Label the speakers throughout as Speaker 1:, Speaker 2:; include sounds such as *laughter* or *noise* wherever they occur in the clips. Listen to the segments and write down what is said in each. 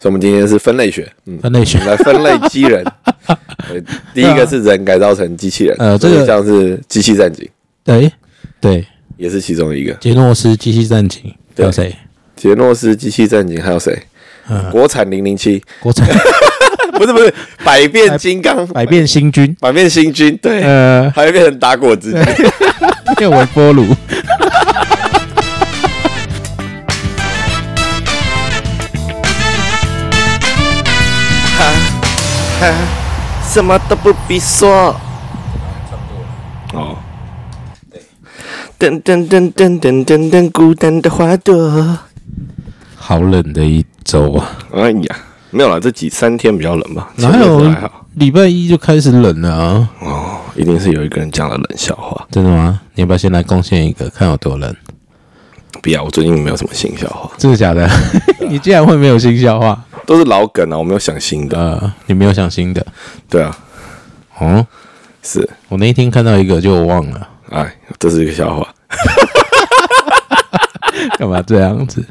Speaker 1: 所以我们今天是分类学，嗯，
Speaker 2: 分类学
Speaker 1: 我们来分类机
Speaker 2: *laughs*
Speaker 1: 人。呃第一个是人改造成机器人，
Speaker 2: 呃这个
Speaker 1: 所以像是机器战警
Speaker 2: 对哎对，
Speaker 1: 也是其中一个。
Speaker 2: 杰诺斯机器战警，还
Speaker 1: 对
Speaker 2: 有谁？
Speaker 1: 杰诺斯机器战警还有谁？
Speaker 2: 呃
Speaker 1: 国产零零七， *laughs*
Speaker 2: 国 *laughs* 产
Speaker 1: 不是不是，百变金刚，
Speaker 2: 百变星君，
Speaker 1: 百变星君，对，
Speaker 2: 呃，
Speaker 1: 还会变成打果汁机。
Speaker 2: 变微波炉。
Speaker 1: 什么都不必说。 *laughs* 哦，
Speaker 3: 噔噔噔噔噔噔噔，孤单的花朵。
Speaker 2: *laughs* 好冷的一周啊！
Speaker 1: 哎呀，没有啦，这几三天比较冷吧，
Speaker 2: 哪
Speaker 1: 前面
Speaker 2: 有
Speaker 1: 是还好？
Speaker 2: 礼拜一就开始冷了啊？
Speaker 1: 哦，一定是有一个人讲了冷笑话。
Speaker 2: 真的吗？你要不要先来贡献一个，看有多冷？
Speaker 1: 不要，我最近没有什么新笑话，
Speaker 2: 真的假的？ *laughs* 你竟然会没有新笑话？
Speaker 1: 都是老梗啊，我没有想新的。
Speaker 2: 呃，你没有想新的
Speaker 1: 对啊，
Speaker 2: 哦。
Speaker 1: 是，
Speaker 2: 我那一天看到一个就我忘了，
Speaker 1: 哎，这是一个笑话。
Speaker 2: 干嘛这样子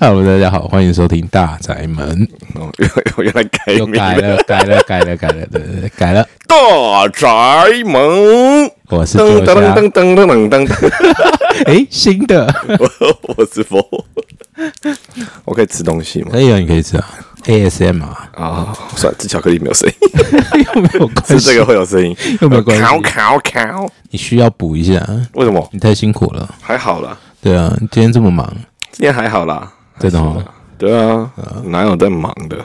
Speaker 2: ？Hello，大家好，欢迎收听大宅门，
Speaker 1: 哦， *laughs* 原来原来改
Speaker 2: 又
Speaker 1: 名
Speaker 2: 改
Speaker 1: 了，
Speaker 2: 了，改了，改了，改了，对对对，改了。
Speaker 1: 大宅门。
Speaker 2: 我是
Speaker 1: 噔
Speaker 2: 坐
Speaker 1: 噔
Speaker 2: 下，
Speaker 1: 噔噔噔噔噔， *laughs*
Speaker 2: 哎，新的
Speaker 1: 我我是佛，我可以吃东西吗？
Speaker 2: *laughs* 可以啊，你可以吃啊，ASM 啊，
Speaker 1: 啊，算了，吃巧克力没有声音。
Speaker 2: *laughs* 又没有关系，
Speaker 1: 是这个会有声音，呃
Speaker 2: 又没有关系
Speaker 1: 烤烤烤，
Speaker 2: 你需要补一下，
Speaker 1: 为什么？
Speaker 2: 你太辛苦了。
Speaker 1: 还好啦，
Speaker 2: 对啊，你今天这么忙，
Speaker 1: 今天还好啦。
Speaker 2: 真的哦，
Speaker 1: 对啊，哪有在忙的？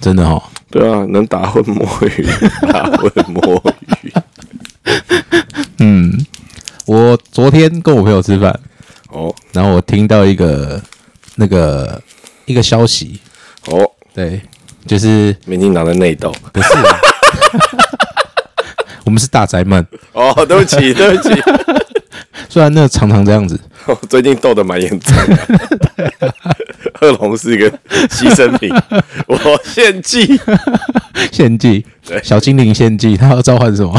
Speaker 2: 真的哦，
Speaker 1: 对啊，能打混摸鱼，打混摸鱼。
Speaker 2: 嗯，我昨天跟我朋友吃饭，
Speaker 1: *laughs* 哦
Speaker 2: 然后我听到一个那个一个消息，
Speaker 1: 哦，
Speaker 2: 对，就是
Speaker 1: 民进党的内斗。
Speaker 2: 不 *laughs* 是、啊，我们是大宅们，
Speaker 1: 哦，对不起，对不 *laughs* 起，
Speaker 2: 虽然那常常这样子，
Speaker 1: 我最近斗得蛮严重的。 *laughs* 贺龙是一个牺牲 *laughs* 品，我献祭。
Speaker 2: *laughs* 献祭，小精灵献祭，他要召唤什么？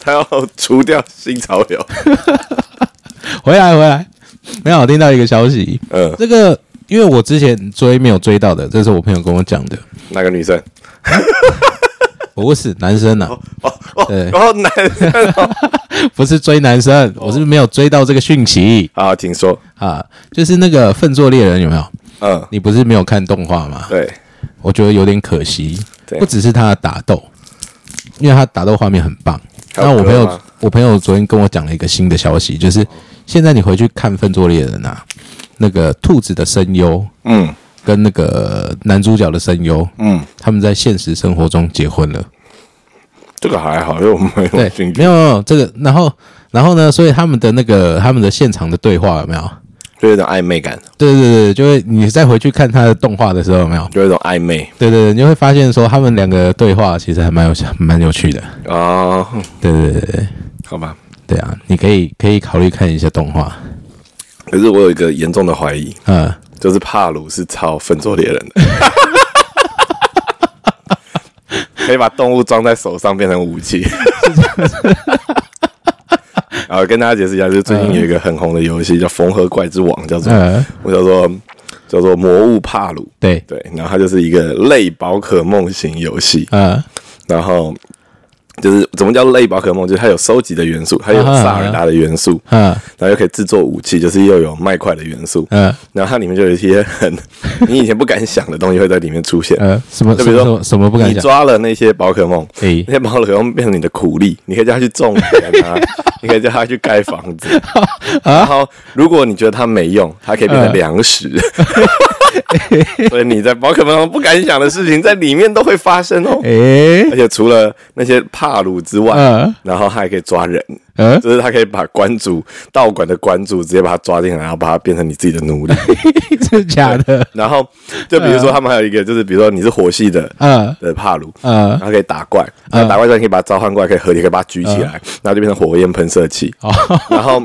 Speaker 1: 他要除掉新潮 *laughs* 流。
Speaker 2: 回来回来，没有我听到一个消息，
Speaker 1: 嗯，
Speaker 2: 这个因为我之前追没有追到的，这是我朋友跟我讲的，
Speaker 1: 哪个女生？
Speaker 2: 我不是男生啊，
Speaker 1: 哦哦
Speaker 2: 对
Speaker 1: 哦，男生哦。
Speaker 2: 不是追男生，啊我是没有追到这个讯息
Speaker 1: *laughs* 好，请说。
Speaker 2: 啊，就是那个《粪作猎人》有没有？
Speaker 1: 嗯，
Speaker 2: 你不是没有看动画吗？
Speaker 1: 对。
Speaker 2: 我觉得有点可惜，
Speaker 1: 对
Speaker 2: 不只是他的打斗，因为他打斗画面很棒。
Speaker 1: 还有
Speaker 2: 那我
Speaker 1: 歌
Speaker 2: 朋友
Speaker 1: 吗，
Speaker 2: 我朋友昨天跟我讲了一个新的消息，就是现在你回去看《粪作猎人》啊，那个兔子的声优
Speaker 1: 嗯
Speaker 2: 跟那个男主角的声优，
Speaker 1: 嗯，
Speaker 2: 他们在现实生活中结婚了。
Speaker 1: 这个还好，因为我们没有
Speaker 2: 对
Speaker 1: 兴，趣
Speaker 2: 没，有没有这个，然后然后呢，所以他们的那个他们的现场的对话有没有？
Speaker 1: 就有一种暧昧感，
Speaker 2: 对对对，就会你再回去看他的动画的时候有没有？
Speaker 1: 就有一种暧昧
Speaker 2: 对对对，你就会发现说他们两个对话其实还蛮有蛮有趣的。
Speaker 1: 啊、哼
Speaker 2: 对对对对
Speaker 1: 好吧。
Speaker 2: 对啊，你可以可以考虑看一下动画。
Speaker 1: 可是我有一个严重的怀疑，
Speaker 2: 嗯，
Speaker 1: 就是帕鲁是抄《粪作猎人》的，可以把动物装在手上变成武器。然后跟大家解释一下，就是最近有一个很红的游戏叫《缝合怪之王》，叫做、
Speaker 2: 嗯
Speaker 1: 我叫做叫做魔物帕鲁，
Speaker 2: 对，
Speaker 1: 对，然后它就是一个类宝可梦型游戏，
Speaker 2: 嗯，
Speaker 1: 然后就是怎么叫类宝可梦，就是它有收集的元素，它有
Speaker 2: 啊哈
Speaker 1: 萨尔达的元素，
Speaker 2: 嗯，
Speaker 1: 然后又可以制作武器，就是又有麦块的元素，
Speaker 2: 嗯，
Speaker 1: 然后它里面就有一些很 *laughs* 你以前不敢想的东西会在里面出现。
Speaker 2: 呃，什么
Speaker 1: 就
Speaker 2: 什
Speaker 1: 比如
Speaker 2: 么什
Speaker 1: 说
Speaker 2: 么什么不敢
Speaker 1: 你
Speaker 2: 讲？
Speaker 1: 抓了那些宝可梦，
Speaker 2: 诶
Speaker 1: 那些宝可梦变成你的苦力，你可以叫它去种田
Speaker 2: *laughs*
Speaker 1: 啊，你可以叫它去盖房子。
Speaker 2: 啊
Speaker 1: 然后，如果你觉得它没用，它可以变成
Speaker 2: 嗯
Speaker 1: 粮食。 *laughs* 所以你在宝可梦上不敢想的事情，在里面都会发生
Speaker 2: 哎
Speaker 1: 哦。
Speaker 2: 诶，
Speaker 1: 而且除了那些帕鲁之外，
Speaker 2: 嗯
Speaker 1: 然后他还可以抓人，
Speaker 2: 嗯
Speaker 1: 就是他可以把关主道馆的关主直接把他抓进来，然后把他变成你自己的奴隶。
Speaker 2: *laughs* 真的假的？
Speaker 1: 然后就比如说他们还有一个，就是比如说你是火系的。
Speaker 2: 嗯
Speaker 1: 的帕鲁，然
Speaker 2: 嗯，嗯
Speaker 1: 后可以打怪，然后打怪之后你可以把它召唤过来，可以合体，可以把它举起来，然后就变成火焰喷射器。
Speaker 2: 哦
Speaker 1: *laughs* 然后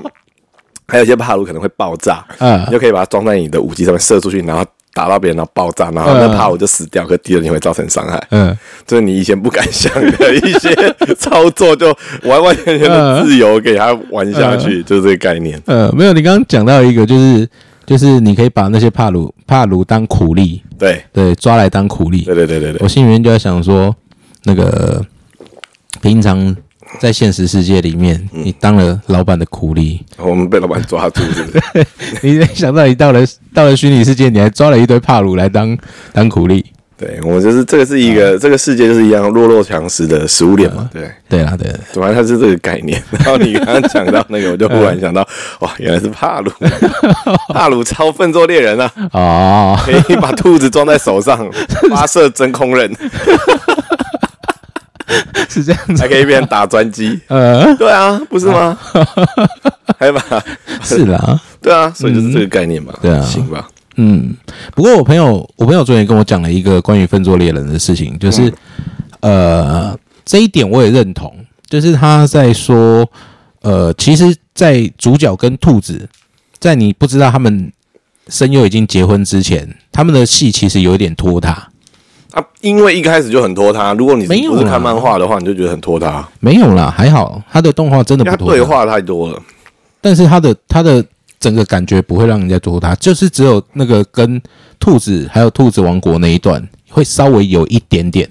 Speaker 1: 还有一些帕鲁可能会爆炸，
Speaker 2: 嗯
Speaker 1: 你就可以把它装在你的武器上面射出去，然后打到别人，然后爆炸，然后那
Speaker 2: 嗯
Speaker 1: 帕鲁就死掉，可敌人也会造成伤害。
Speaker 2: 嗯，
Speaker 1: 就是你以前不敢想的一些操作，就完完
Speaker 2: 嗯
Speaker 1: 全全的自由给他玩下去，就是这个概念。
Speaker 2: 呃，没有，你刚刚讲到一个，就是就是你可以把那些帕鲁帕鲁当苦力，
Speaker 1: 对
Speaker 2: 对，抓来当苦力。
Speaker 1: 对对对对对，
Speaker 2: 我心里面就在想说，那个平常在现实世界里面，你当了老板的苦力， *laughs*
Speaker 1: 我们被老板抓住，是不是？
Speaker 2: 你想到你到了到了虚拟世界，你还抓了一堆帕鲁来当当苦力。
Speaker 1: 对，我们就是这个是一
Speaker 2: 嗯
Speaker 1: 个这个世界就是一样弱肉强食的食物链嘛，对。
Speaker 2: 对啦，对啦，
Speaker 1: 主要它是这个概
Speaker 2: *laughs*
Speaker 1: 念。然后你刚刚讲到那个，我就忽然想到，哇，原来是帕鲁， *laughs* 帕鲁超愤作猎人啊，
Speaker 2: 哦，
Speaker 1: 可以把兔子装在手上，发射真空刃，
Speaker 2: *laughs* 是这样子
Speaker 1: 还，可以变成打专机。
Speaker 2: 呃，
Speaker 1: 对啊，不是吗？还把
Speaker 2: *laughs* 是啦，
Speaker 1: 对啊，所以就是这个概念嘛。
Speaker 2: 对啊
Speaker 1: 行吧，
Speaker 2: 嗯，不过我朋友，我朋友昨天跟我讲了一个关于分作猎人的事情，就是、呃，这一点我也认同，就是他在说，呃，其实，在主角跟兔子，在你不知道他们声优已经结婚之前，他们的戏其实有一点拖沓。
Speaker 1: 啊，因为一开始就很拖沓。如果你是
Speaker 2: 没有
Speaker 1: 不是
Speaker 2: 啦
Speaker 1: 看漫画的话，你就觉得很拖沓，
Speaker 2: 没有啦，还好，他的动画真的
Speaker 1: 因为
Speaker 2: 不
Speaker 1: 它
Speaker 2: 拖
Speaker 1: 对
Speaker 2: 沓，
Speaker 1: 话太多了。
Speaker 2: 但是他的他的整个感觉不会让人家拖沓，就是只有那个跟兔子还有兔子王国那一段会稍微有一点点，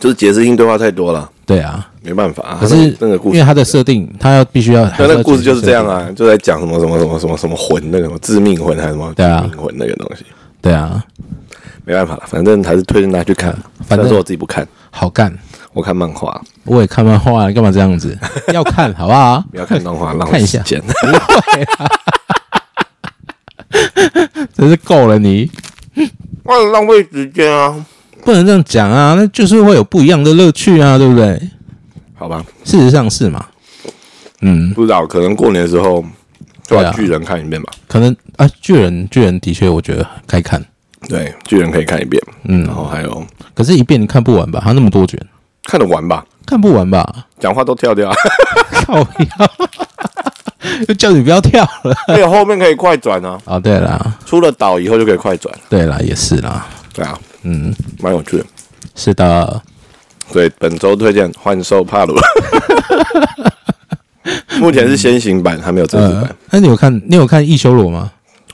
Speaker 1: 就是解释性对话太多了，
Speaker 2: 对啊，
Speaker 1: 没办法啊。
Speaker 2: 可是
Speaker 1: 那个故
Speaker 2: 因为
Speaker 1: 事，
Speaker 2: 他的设定，他要必须要，
Speaker 1: 那
Speaker 2: 还
Speaker 1: 那
Speaker 2: 是
Speaker 1: 个
Speaker 2: 要
Speaker 1: 故事就是这样
Speaker 2: 解释设定。
Speaker 1: 啊，就在讲什么什么什么什么什么魂那个什么致命魂还是什么致
Speaker 2: 对啊
Speaker 1: 命魂那个东西，
Speaker 2: 对啊，
Speaker 1: 没办法了，反正还是推荐大家去看。
Speaker 2: 反正
Speaker 1: 但是我自己不看，
Speaker 2: 好干，
Speaker 1: 我看漫画，
Speaker 2: 我也看漫画，你干嘛这样
Speaker 1: *laughs*
Speaker 2: 子？要看好不好？
Speaker 1: 不要看动画，浪
Speaker 2: 看
Speaker 1: 费
Speaker 2: 一
Speaker 1: 时
Speaker 2: 下
Speaker 1: 间。 *laughs*
Speaker 2: 真是够了你，
Speaker 1: 哇，浪费时间啊！
Speaker 2: 不能这样讲啊，那就是会有不一样的乐趣啊，对不对？
Speaker 1: 好吧，
Speaker 2: 事实上是嘛，嗯，
Speaker 1: 不知道，可能过年的时候就
Speaker 2: 对
Speaker 1: 把
Speaker 2: 啊
Speaker 1: 巨人看一遍吧。
Speaker 2: 可能啊，巨人巨人的确我觉得该看，
Speaker 1: 对，巨人可以看一遍，
Speaker 2: 嗯
Speaker 1: 然后还有
Speaker 2: 可是一遍你看不完吧？他那么多卷，
Speaker 1: 看得完吧，
Speaker 2: 看不完吧？
Speaker 1: 讲话都跳掉， *laughs*
Speaker 2: 靠腰，就 *laughs* 叫你不要跳了
Speaker 1: 还有后面可以快转啊，
Speaker 2: 啊！对啦，
Speaker 1: 出了岛以后就可以快转，
Speaker 2: 对啦，也是啦，
Speaker 1: 对啊，
Speaker 2: 嗯，
Speaker 1: 蛮有趣的。
Speaker 2: 是的，
Speaker 1: 所以本周推荐《幻兽帕 *laughs* 鲁》，目前是先行版，还没有正式版
Speaker 2: 呃。，那你有看你有看《异修罗》吗？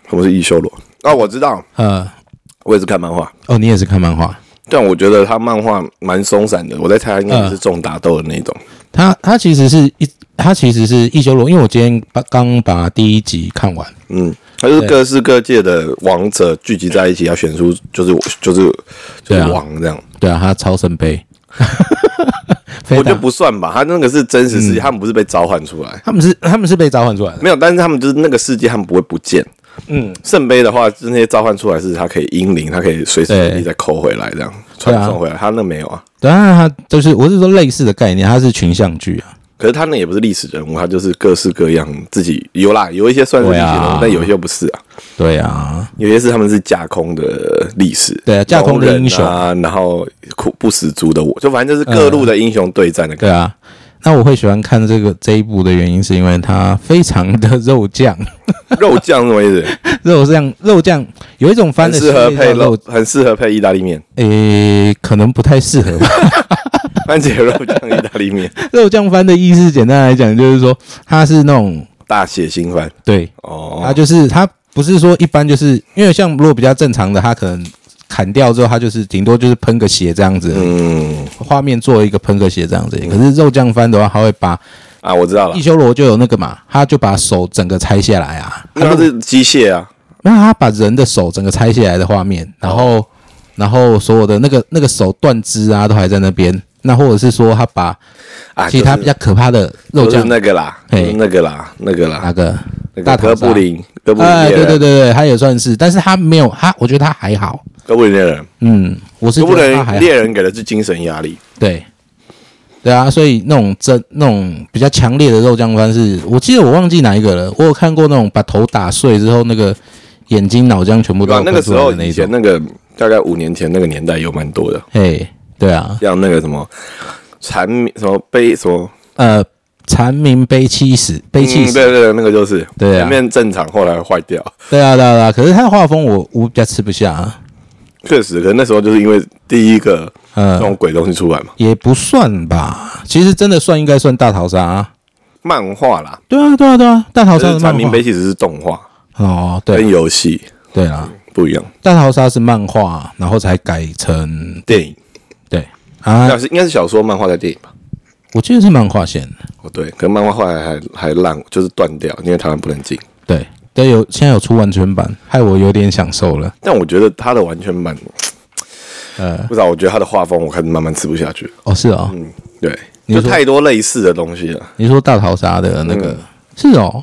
Speaker 1: 什么是异修罗？啊，嗯我知道，
Speaker 2: 呃，
Speaker 1: 我也是看漫画，
Speaker 2: 哦，你也是看漫画？
Speaker 1: 但我觉得他漫画蛮松散的，我在猜他应该是重打斗的那种。
Speaker 2: 它它其实是一，它其实是一修罗，因为我今天把刚把第一集看完，
Speaker 1: 嗯，他就是各式各界的王者聚集在一起，要选出就是就是就
Speaker 2: 对
Speaker 1: 是
Speaker 2: 啊
Speaker 1: 王这样。
Speaker 2: 对啊，它超圣杯，
Speaker 1: 我
Speaker 2: 非
Speaker 1: 觉得
Speaker 2: 常，
Speaker 1: 不算吧，他那个是真实世界，他们不是被召唤出来，
Speaker 2: 他们是他们是被召唤出来的，
Speaker 1: 没有，但是他们就是那个世界，他们不会不见。
Speaker 2: 嗯，
Speaker 1: 圣杯的话，就是那些召唤出来是他可以英灵，他可以随时随地
Speaker 2: 对
Speaker 1: 再扣回来，这样
Speaker 2: 对
Speaker 1: 传
Speaker 2: 啊
Speaker 1: 送回来。他那没有啊，
Speaker 2: 当然它就是我是说类似的概念，它是群像剧啊，
Speaker 1: 可是他那也不是历史人物，他就是各式各样自己有啦，有一些算是历史人物，
Speaker 2: 对啊
Speaker 1: 但有一些不是啊，
Speaker 2: 对啊，
Speaker 1: 有些是他们是架空的历史，
Speaker 2: 对啊架空的英雄
Speaker 1: 龙人啊，然后苦不死族的我，就反正就是各路的英雄对战的感觉。
Speaker 2: 对啊。那我会喜欢看这个这一部的原因，是因为它非常的肉酱，
Speaker 1: 肉酱是什么意思？
Speaker 2: *laughs* 肉酱肉酱有一种番
Speaker 1: 很
Speaker 2: 的
Speaker 1: 适合
Speaker 2: 系列
Speaker 1: 配
Speaker 2: 叫
Speaker 1: 肉，，很适合配意大利面， *laughs*
Speaker 2: 诶、可能不太适合吧。 *laughs*
Speaker 1: 番茄肉酱意大利面，
Speaker 2: 肉酱番的意思，简单来讲就是说，它是那种
Speaker 1: 大血腥番
Speaker 2: 对，它
Speaker 1: 哦。
Speaker 2: 啊就是它不是说一般就是因为像如果比较正常的，它可能砍掉之后，它就是顶多就是喷个血这样子，
Speaker 1: 嗯
Speaker 2: 画面做一个喷个血这样子。可是肉酱番的话，它会把
Speaker 1: 啊，我知道了
Speaker 2: 一，修罗就有那个嘛，他就把手整个拆下来啊，
Speaker 1: 那是机械啊，
Speaker 2: 那他把人的手整个拆下来的画面，然后然后所有的那个那个手断肢啊都还在那边。那或者是说，他把
Speaker 1: 啊，
Speaker 2: 其他比较可怕的肉
Speaker 1: 就是
Speaker 2: 酱
Speaker 1: 那个啦，就
Speaker 2: 嘿
Speaker 1: 是那个啦，那个啦，
Speaker 2: 那个
Speaker 1: 那个
Speaker 2: 大
Speaker 1: 哥布
Speaker 2: 逃杀
Speaker 1: 林，哥布林
Speaker 2: 哎，
Speaker 1: 猎
Speaker 2: 对对对
Speaker 1: 人，
Speaker 2: 对，他也算是，但是他没有他，我觉得他还好。
Speaker 1: 哥布林猎人，
Speaker 2: 嗯，我是
Speaker 1: 哥
Speaker 2: 觉
Speaker 1: 布
Speaker 2: 得他还
Speaker 1: 林
Speaker 2: 好。
Speaker 1: 猎人给的是精神压力，
Speaker 2: 对，对啊，所以那种真那种比较强烈的肉酱番是，我记得我忘记哪一个了。我有看过那种把头打碎之后，那个眼睛脑浆全部
Speaker 1: 对啊
Speaker 2: 都
Speaker 1: 吧？那个
Speaker 2: 喷
Speaker 1: 时
Speaker 2: 出来
Speaker 1: 候
Speaker 2: 的那
Speaker 1: 以
Speaker 2: 一
Speaker 1: 前那
Speaker 2: 种。
Speaker 1: 个大概五年前那个年代有蛮多的，
Speaker 2: 嘿，对啊，
Speaker 1: 像那个什么蝉鸣什么悲什么，
Speaker 2: 呃，蝉鸣悲泣死，悲
Speaker 1: 嗯
Speaker 2: 泣
Speaker 1: 对
Speaker 2: 死，
Speaker 1: 对对，那个就是
Speaker 2: 对啊
Speaker 1: 前面正常，后来坏掉，
Speaker 2: 对啊，对啊，对啊。可是他的画风我我比较吃不下、啊，
Speaker 1: 确实，可能那时候就是因为第一个这
Speaker 2: 呃，
Speaker 1: 种鬼东西出来嘛，
Speaker 2: 也不算吧。其实真的算应该算大逃杀、啊。
Speaker 1: 漫画啦，
Speaker 2: 对啊，对啊，对啊，大逃
Speaker 1: 可
Speaker 2: 杀
Speaker 1: 是
Speaker 2: 的
Speaker 1: 蝉
Speaker 2: 漫
Speaker 1: 鸣
Speaker 2: 画
Speaker 1: 悲其实是动画，
Speaker 2: 哦，
Speaker 1: 跟
Speaker 2: 对
Speaker 1: 游戏
Speaker 2: 对啦，
Speaker 1: 不一样。
Speaker 2: 大逃杀是漫画，然后才改成
Speaker 1: 电影
Speaker 2: 对啊
Speaker 1: 那，是应该是小说、漫画在电影吧？
Speaker 2: 我记得是漫画线，
Speaker 1: 哦，对，可能漫画后来还还烂，就是断掉，因为台湾不能进。
Speaker 2: 对，但有现在有出完全版，害我有点享受了。
Speaker 1: 但我觉得他的完全版，
Speaker 2: 呃，
Speaker 1: 不知道，我觉得他的画风我开始慢慢吃不下去了。
Speaker 2: 哦是哦，
Speaker 1: 嗯，对，
Speaker 2: 你
Speaker 1: 就
Speaker 2: 说
Speaker 1: 太多类似的东西了。
Speaker 2: 你说大逃杀的那个、是哦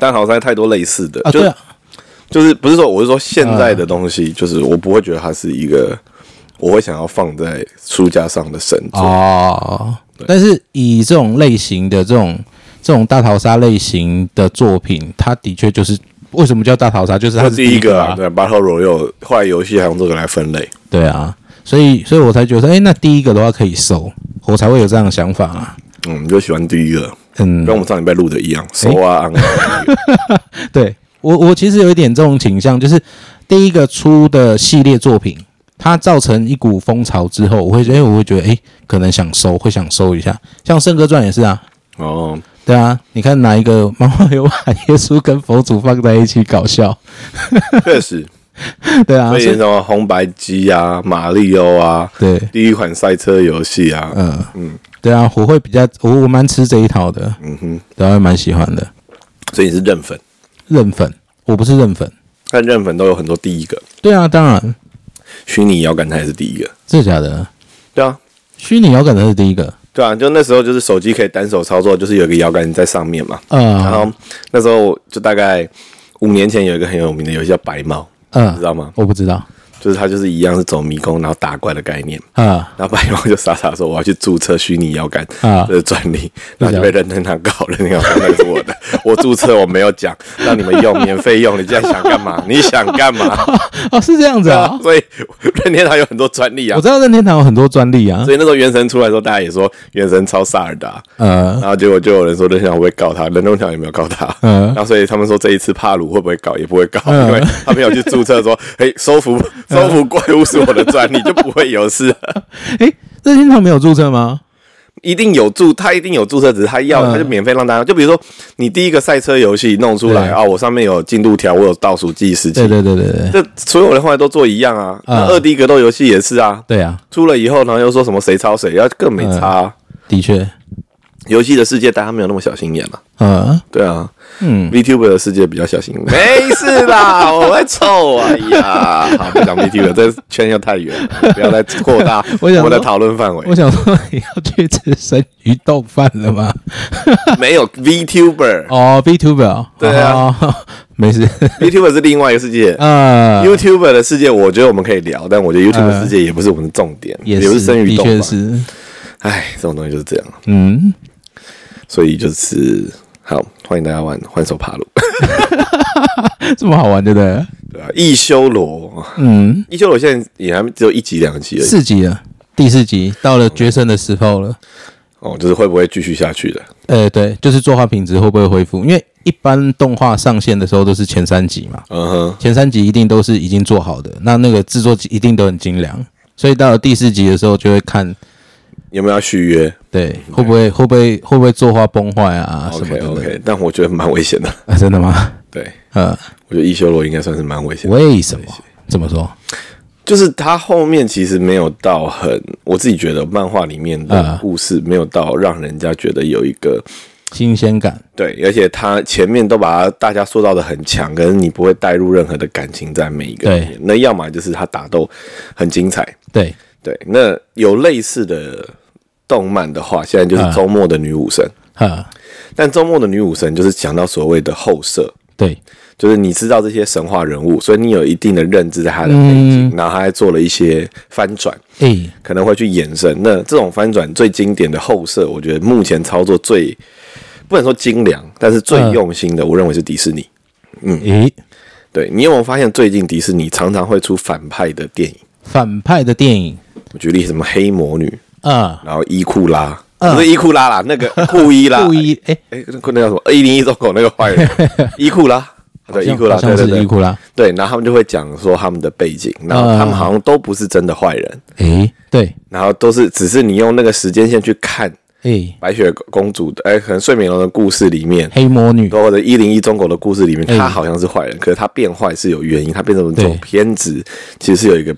Speaker 1: 但好像太多类似的，
Speaker 2: 啊
Speaker 1: 嗯就
Speaker 2: 对啊，嗯
Speaker 1: 就是不是说我是说现在的东西，就是我不会觉得它是一个我会想要放在书架上的神作。
Speaker 2: 哦，但是以这种类型的这种这种大逃杀类型的作品，它的确就是为什么叫大逃杀，就是它
Speaker 1: 它
Speaker 2: 是
Speaker 1: 第一个啊，
Speaker 2: 啊，
Speaker 1: 对，Battle Royale，后来游戏还用这个来分类。
Speaker 2: 对啊，所以所以我才觉得，哎、那第一个的话可以收，我才会有这样的想法啊。
Speaker 1: 嗯，你就喜欢第一个，
Speaker 2: 嗯
Speaker 1: 跟，我们上礼拜录的一样，手啊，昂啊
Speaker 2: 对我我其实有一点这种倾向，就是第一个出的系列作品，它造成一股风潮之后，我会觉得，哎、我会觉得，哎、可能想收，会想收一下。像《圣歌传》也是啊，
Speaker 1: 哦，
Speaker 2: 对啊，你看哪一个漫画有把耶稣跟佛祖放在一起搞笑？
Speaker 1: 确实，
Speaker 2: 对啊，
Speaker 1: 所以
Speaker 2: 所以
Speaker 1: 什么红白机啊、马里奥啊，
Speaker 2: 对，
Speaker 1: 第一款赛车游戏啊，
Speaker 2: 嗯、对啊，我会比较，我我蛮吃这一套的，
Speaker 1: 嗯哼，
Speaker 2: 对啊，我也蛮喜欢的。
Speaker 1: 所以你是认粉，
Speaker 2: 认粉，我不是认粉，
Speaker 1: 但认粉都有很多第一个，
Speaker 2: 对啊，当然，
Speaker 1: 虚拟摇杆它也是第一个，
Speaker 2: 这假的，
Speaker 1: 对啊，
Speaker 2: 虚拟摇杆才是第一个，
Speaker 1: 对啊，就那时候就是手机可以单手操作，就是有一个摇杆在上面嘛，然
Speaker 2: 呃
Speaker 1: 后那时候就大概五年前有一个很有名的游戏叫白猫，
Speaker 2: 呃，
Speaker 1: 知道吗？
Speaker 2: 我不知道，
Speaker 1: 就是它就是一样是走迷宫然后打怪的概念。
Speaker 2: 啊、
Speaker 1: 然后白猫就傻傻说我要去注册虚拟摇杆
Speaker 2: 啊
Speaker 1: 的专利，然后就被任天堂告了。任天堂说那个是我的，我注册我没有讲，让你们用免费用，你现在想干嘛？你想干
Speaker 2: *laughs*
Speaker 1: 嘛？
Speaker 2: 哦，是这样子啊。
Speaker 1: *laughs* 所以任天堂有很多专利啊
Speaker 2: 我。知道任天堂有很多专利啊
Speaker 1: 所，以那时候《原神》出来的时候，大家也说《原神》超萨尔达，
Speaker 2: 呃
Speaker 1: 然后结果就有人说任天堂会不会告他，任天堂也没有告他。
Speaker 2: 嗯
Speaker 1: 然后所以他们说这一次帕鲁会不会告，也不会告，因为他没有去注
Speaker 2: *laughs*
Speaker 1: 册说，嘿，收服收服怪物是我的专利，就不会有事啊了。
Speaker 2: 诶，任天堂没有注册吗？
Speaker 1: 一定有注，他一定有注册，只是他要
Speaker 2: 嗯
Speaker 1: 他就免费让大家。就比如说你第一个赛车游戏弄出来
Speaker 2: 对
Speaker 1: 啊，我上面有进度条，我有倒数计时
Speaker 2: 对
Speaker 1: 器，
Speaker 2: 对对对对，
Speaker 1: 这所有人后来都做一样啊。
Speaker 2: 嗯
Speaker 1: 那二 D 格斗游戏也是啊，
Speaker 2: 对啊，
Speaker 1: 出了以后，然后又说什么谁抄谁，要更没差啊。
Speaker 2: 的确，
Speaker 1: 游戏的世界大家没有那么小心眼了，
Speaker 2: 呃，
Speaker 1: 对啊。
Speaker 2: 嗯，
Speaker 1: VTuber 的世界比较小心，没事
Speaker 2: *laughs*
Speaker 1: 啦，我会臭啊哎呀！好，不讲 VTuber，这圈又太远了，不要再扩大
Speaker 2: *laughs* 我想说
Speaker 1: 我的讨论范围
Speaker 2: 我。想说你要去吃生鱼冻饭了吗？
Speaker 1: 没有 VTuber，VTuber
Speaker 2: *laughs* 哦，VTuber，哦
Speaker 1: 对啊
Speaker 2: 哦没事，
Speaker 1: 是另外一个世界。
Speaker 2: 呃，
Speaker 1: YouTuber 的世界，我觉得我们可以聊，但我觉得 YouTube 的
Speaker 2: 呃
Speaker 1: 世界也不是我们的重点，
Speaker 2: 也
Speaker 1: 不
Speaker 2: 是，
Speaker 1: 是生于
Speaker 2: 的
Speaker 1: 动
Speaker 2: 确
Speaker 1: 吧。
Speaker 2: 是，
Speaker 1: 哎，这种东西就是这样，
Speaker 2: 嗯，
Speaker 1: 所以就是好，欢迎大家玩换手爬路，
Speaker 2: 这么好玩，对不对？
Speaker 1: *laughs* 对吧、一修罗，
Speaker 2: 嗯，
Speaker 1: 一修罗现在也还只有一集两集而已，
Speaker 2: 四集了，第四集到了决胜的时候了。
Speaker 1: 哦，就是会不会继续下去的？
Speaker 2: 呃，对，就是作画品质会不会恢复？因为一般动画上线的时候都是前三集嘛，
Speaker 1: 嗯哼，
Speaker 2: 前三集一定都是已经做好的，那那个制作一定都很精良，所以到了第四集的时候就会看，
Speaker 1: 有没有要续约？
Speaker 2: 对，会不会会不会会不会作画崩坏啊什么
Speaker 1: OK
Speaker 2: 的
Speaker 1: OK，但我觉得蛮危险的。
Speaker 2: 啊？真的吗？
Speaker 1: 对，
Speaker 2: 呃，
Speaker 1: 我觉得一修罗应该算是蛮危险的，
Speaker 2: 为什么？怎么说？
Speaker 1: 就是他后面其实没有到很，我自己觉得漫画里面的
Speaker 2: 啊
Speaker 1: 故事没有到让人家觉得有一个
Speaker 2: 新鲜感？
Speaker 1: 对，而且他前面都把他大家塑造的很强，可是你不会带入任何的感情在每一个里面
Speaker 2: 对。
Speaker 1: 那要么就是他打斗很精彩，
Speaker 2: 对，
Speaker 1: 对，那有类似的动漫的话，现在就是
Speaker 2: 嗯
Speaker 1: 周末的女武神，
Speaker 2: 呃，
Speaker 1: 但周末的女武神就是讲到所谓的后设，
Speaker 2: 对，
Speaker 1: 就是你知道这些神话人物，所以你有一定的认知在他的背景，
Speaker 2: 嗯
Speaker 1: 然后他还做了一些翻转，
Speaker 2: 诶，
Speaker 1: 可能会去延伸。那这种翻转最经典的后设，我觉得目前操作最不能说精良，但是最
Speaker 2: 嗯
Speaker 1: 用心的，我认为是迪士尼。嗯
Speaker 2: 诶，
Speaker 1: 对你有没有发现，最近迪士尼常常会出反派的电影？
Speaker 2: 反派的电影
Speaker 1: 我举例什么黑魔女，
Speaker 2: 啊，
Speaker 1: 然后伊库拉，
Speaker 2: 嗯
Speaker 1: 不是伊库拉啦，那
Speaker 2: *laughs*
Speaker 1: 个库伊拉，
Speaker 2: 故意诶，
Speaker 1: 哎，那个那叫什么？一零一中国那个坏人伊库
Speaker 2: *laughs*
Speaker 1: 拉，对伊库拉，
Speaker 2: 好
Speaker 1: 对
Speaker 2: 像
Speaker 1: 对
Speaker 2: 是
Speaker 1: 对
Speaker 2: 伊，库拉，嗯
Speaker 1: 对，然后他们就会讲说他们的背景，然后他们好像都不是真的坏人，
Speaker 2: 诶，对，
Speaker 1: 然后都是只是你用那个时间线去看，
Speaker 2: 哎，
Speaker 1: 白雪公主的，哎、可能睡美容的故事里面，
Speaker 2: 黑魔女，
Speaker 1: 或者一零一中国的故事里面，
Speaker 2: 哎
Speaker 1: 他好像是坏人，可是他变坏是有原因，他变成这
Speaker 2: 对
Speaker 1: 种偏执，其实是有一个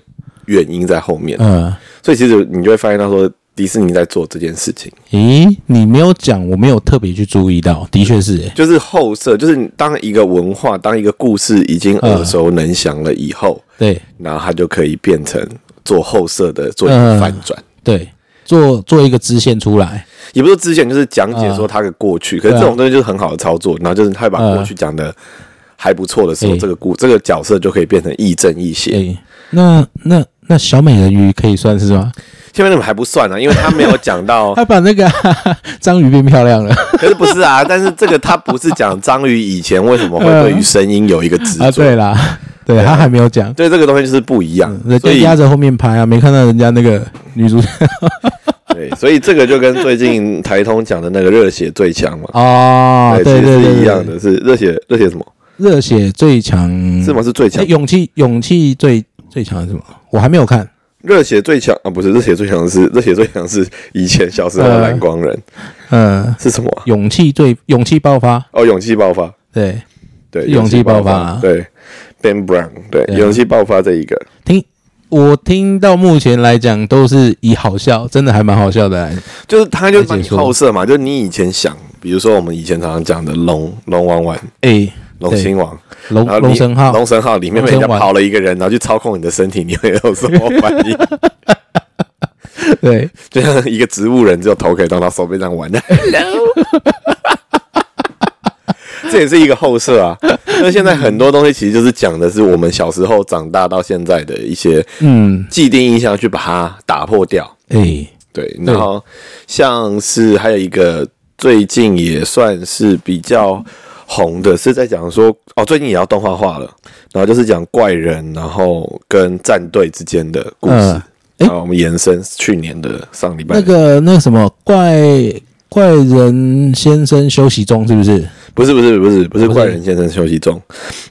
Speaker 1: 原因在后面。
Speaker 2: 嗯，
Speaker 1: 所以其实你就会发现到说，迪士尼在做这件事情，
Speaker 2: 咦，你没有讲，我没有特别去注意到，的确是，哎，
Speaker 1: 就是后设，就是当一个文化、当一个故事已经耳熟
Speaker 2: 嗯
Speaker 1: 能详了以后，
Speaker 2: 对
Speaker 1: 然后它就可以变成做后设的做一
Speaker 2: 嗯
Speaker 1: 个反转。
Speaker 2: 对，做做一个支线出来，
Speaker 1: 也不是之前就是讲解说它的过去，可是这种东西就是很好的操作，然后就是他会把
Speaker 2: 嗯
Speaker 1: 过去讲的还不错的时候，
Speaker 2: 哎
Speaker 1: 这个故这个角色就可以变成亦正亦邪。
Speaker 2: 哎，那那那小美人鱼可以算是吗？
Speaker 1: 前面那个还不算啊呢、因为他没有讲到，
Speaker 2: *laughs* 她把那个 *laughs* 哈哈章鱼变漂亮了
Speaker 1: 可是不是啊？但是这个他不是讲章鱼以前为什么会对于声音有一个执
Speaker 2: 啊，
Speaker 1: 着，
Speaker 2: 对啦， *laughs* 对，她还没有讲。
Speaker 1: 对这个东西就是不一样，
Speaker 2: 嗯人
Speaker 1: 所
Speaker 2: 家
Speaker 1: 以
Speaker 2: 压着后面拍啊，没看到人家那个女主角
Speaker 1: 对，所以这个就跟最近台通讲的那个热血最强嘛，
Speaker 2: *laughs* 哦，对
Speaker 1: 其
Speaker 2: 对
Speaker 1: 实
Speaker 2: 对，
Speaker 1: 是一
Speaker 2: 对
Speaker 1: 样，的，是热血热血什么？
Speaker 2: 热血最强
Speaker 1: 是吗？是最强
Speaker 2: 诶？勇气勇气最最强是什么？我还没有看，
Speaker 1: 热血最强啊，不是热血最强是热血最强是以前小时候的蓝光人
Speaker 2: 嗯、
Speaker 1: *laughs* 是什么啊？
Speaker 2: 勇气最勇气爆发，
Speaker 1: 哦，勇气爆发，
Speaker 2: 对，
Speaker 1: 对，
Speaker 2: 是勇气爆发啊
Speaker 1: 对，Ben Brown，对，
Speaker 2: 对啊
Speaker 1: 勇气爆发这一个，
Speaker 2: 听我听到目前来讲都是以好笑，真的还蛮好笑的来，
Speaker 1: 就是他就把
Speaker 2: 来
Speaker 1: 你
Speaker 2: 解说
Speaker 1: 后设嘛，就是你以前想，比如说我们以前常常讲的龙龙王丸、
Speaker 2: 诶，
Speaker 1: 龙心王，
Speaker 2: 龙
Speaker 1: 然后
Speaker 2: 龙
Speaker 1: 你
Speaker 2: 神号，
Speaker 1: 龙神号里面被人家
Speaker 2: 龙神丸
Speaker 1: 跑了一个人，然后去操控你的身体，你会有什么反应？
Speaker 2: 对，
Speaker 1: *laughs* 就像啊一个植物人，只有头可以当到手背上玩 *laughs* 的。这也是一个后设啊。那现在很多东西其实就是讲的是我们小时候长大到现在的一些
Speaker 2: 嗯，
Speaker 1: 既定印象，去把它打破掉。
Speaker 2: 诶，
Speaker 1: 对，然后像是还有一个最近也算是比较红的，是在讲说哦，最近也要动画化了，然后就是讲怪人，然后跟战队之间的故事。
Speaker 2: 嗯诶
Speaker 1: 然后我们延伸去年的上礼拜
Speaker 2: 那个那个什么怪怪人先生休息中是不是？
Speaker 1: 不是不是不是不是怪人先生休息中，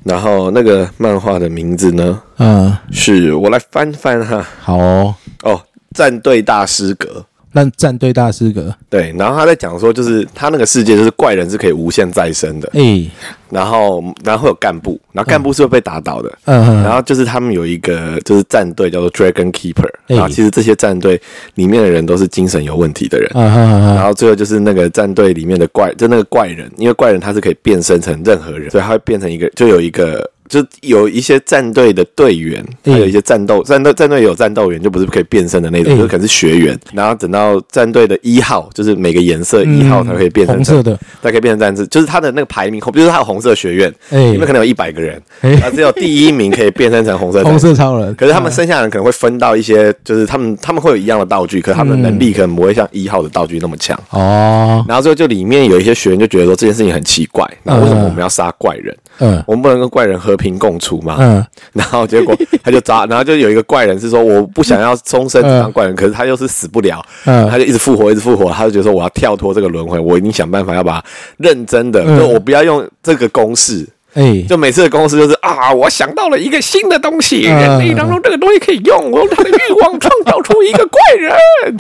Speaker 1: 然后那个漫画的名字呢，
Speaker 2: 嗯、
Speaker 1: 是我来翻翻哈
Speaker 2: 好哦，
Speaker 1: 哦，战队大师格。
Speaker 2: 那战队大师哥，
Speaker 1: 对，然后他在讲说，就是他那个世界就是怪人是可以无限再生的，
Speaker 2: 诶，
Speaker 1: 然后然后会有干部，然后干部是会被打倒的，
Speaker 2: 嗯、
Speaker 1: 然后就是他们有一个就是战队叫做 Dragon Keeper，
Speaker 2: 哎
Speaker 1: 然后其实这些战队里面的人都是精神有问题的人，
Speaker 2: 啊哈哈
Speaker 1: 然
Speaker 2: 哈，
Speaker 1: 后最后就是那个战队里面的怪，就那个怪人，因为怪人他是可以变身成任何人，所以他会变成一个，就有一个，就有一些战队的队员，还
Speaker 2: 嗯
Speaker 1: 有一些战斗战队战队有战斗员，就不是可以变身的那种，
Speaker 2: 嗯
Speaker 1: 就可能是学员。然后等到战队的一号，就是每个颜色一号才可以变成
Speaker 2: 嗯红色的，
Speaker 1: 才可以变成战士，就是他的那个排名，比如说他有红色学院，
Speaker 2: 哎
Speaker 1: 里面可能有一百个人，
Speaker 2: 哎
Speaker 1: 他只有第一名可以变身成红色战士
Speaker 2: 红色啊超人，
Speaker 1: 可是他们剩下的人可能会分到一些，就是他们他们会有一样的道具，可是他们的
Speaker 2: 嗯
Speaker 1: 能力可能不会像一号的道具那么强。
Speaker 2: 哦，
Speaker 1: 然后最后就里面有一些学员就觉得说这件事情很奇怪，那为什么
Speaker 2: 嗯
Speaker 1: 我们要杀怪人？
Speaker 2: 嗯
Speaker 1: 我们不能跟怪人和平共处吗？
Speaker 2: 嗯，
Speaker 1: 然后结果他就
Speaker 2: *laughs*
Speaker 1: 抓，然后就有一个怪人是说我不想要终身只当怪人，可是他又是死不了，
Speaker 2: 嗯
Speaker 1: 他就一直复活，一直复活，他就觉得说我要跳脱这个轮回，我一定想办法要把它认真的，
Speaker 2: 嗯
Speaker 1: 就我不要用这个公式，
Speaker 2: 诶，
Speaker 1: 就每次的公式就是啊，我想到了一个新的东西，
Speaker 2: 嗯
Speaker 1: 人类当中这个东西可以用，我用他的欲望创造出一个怪人。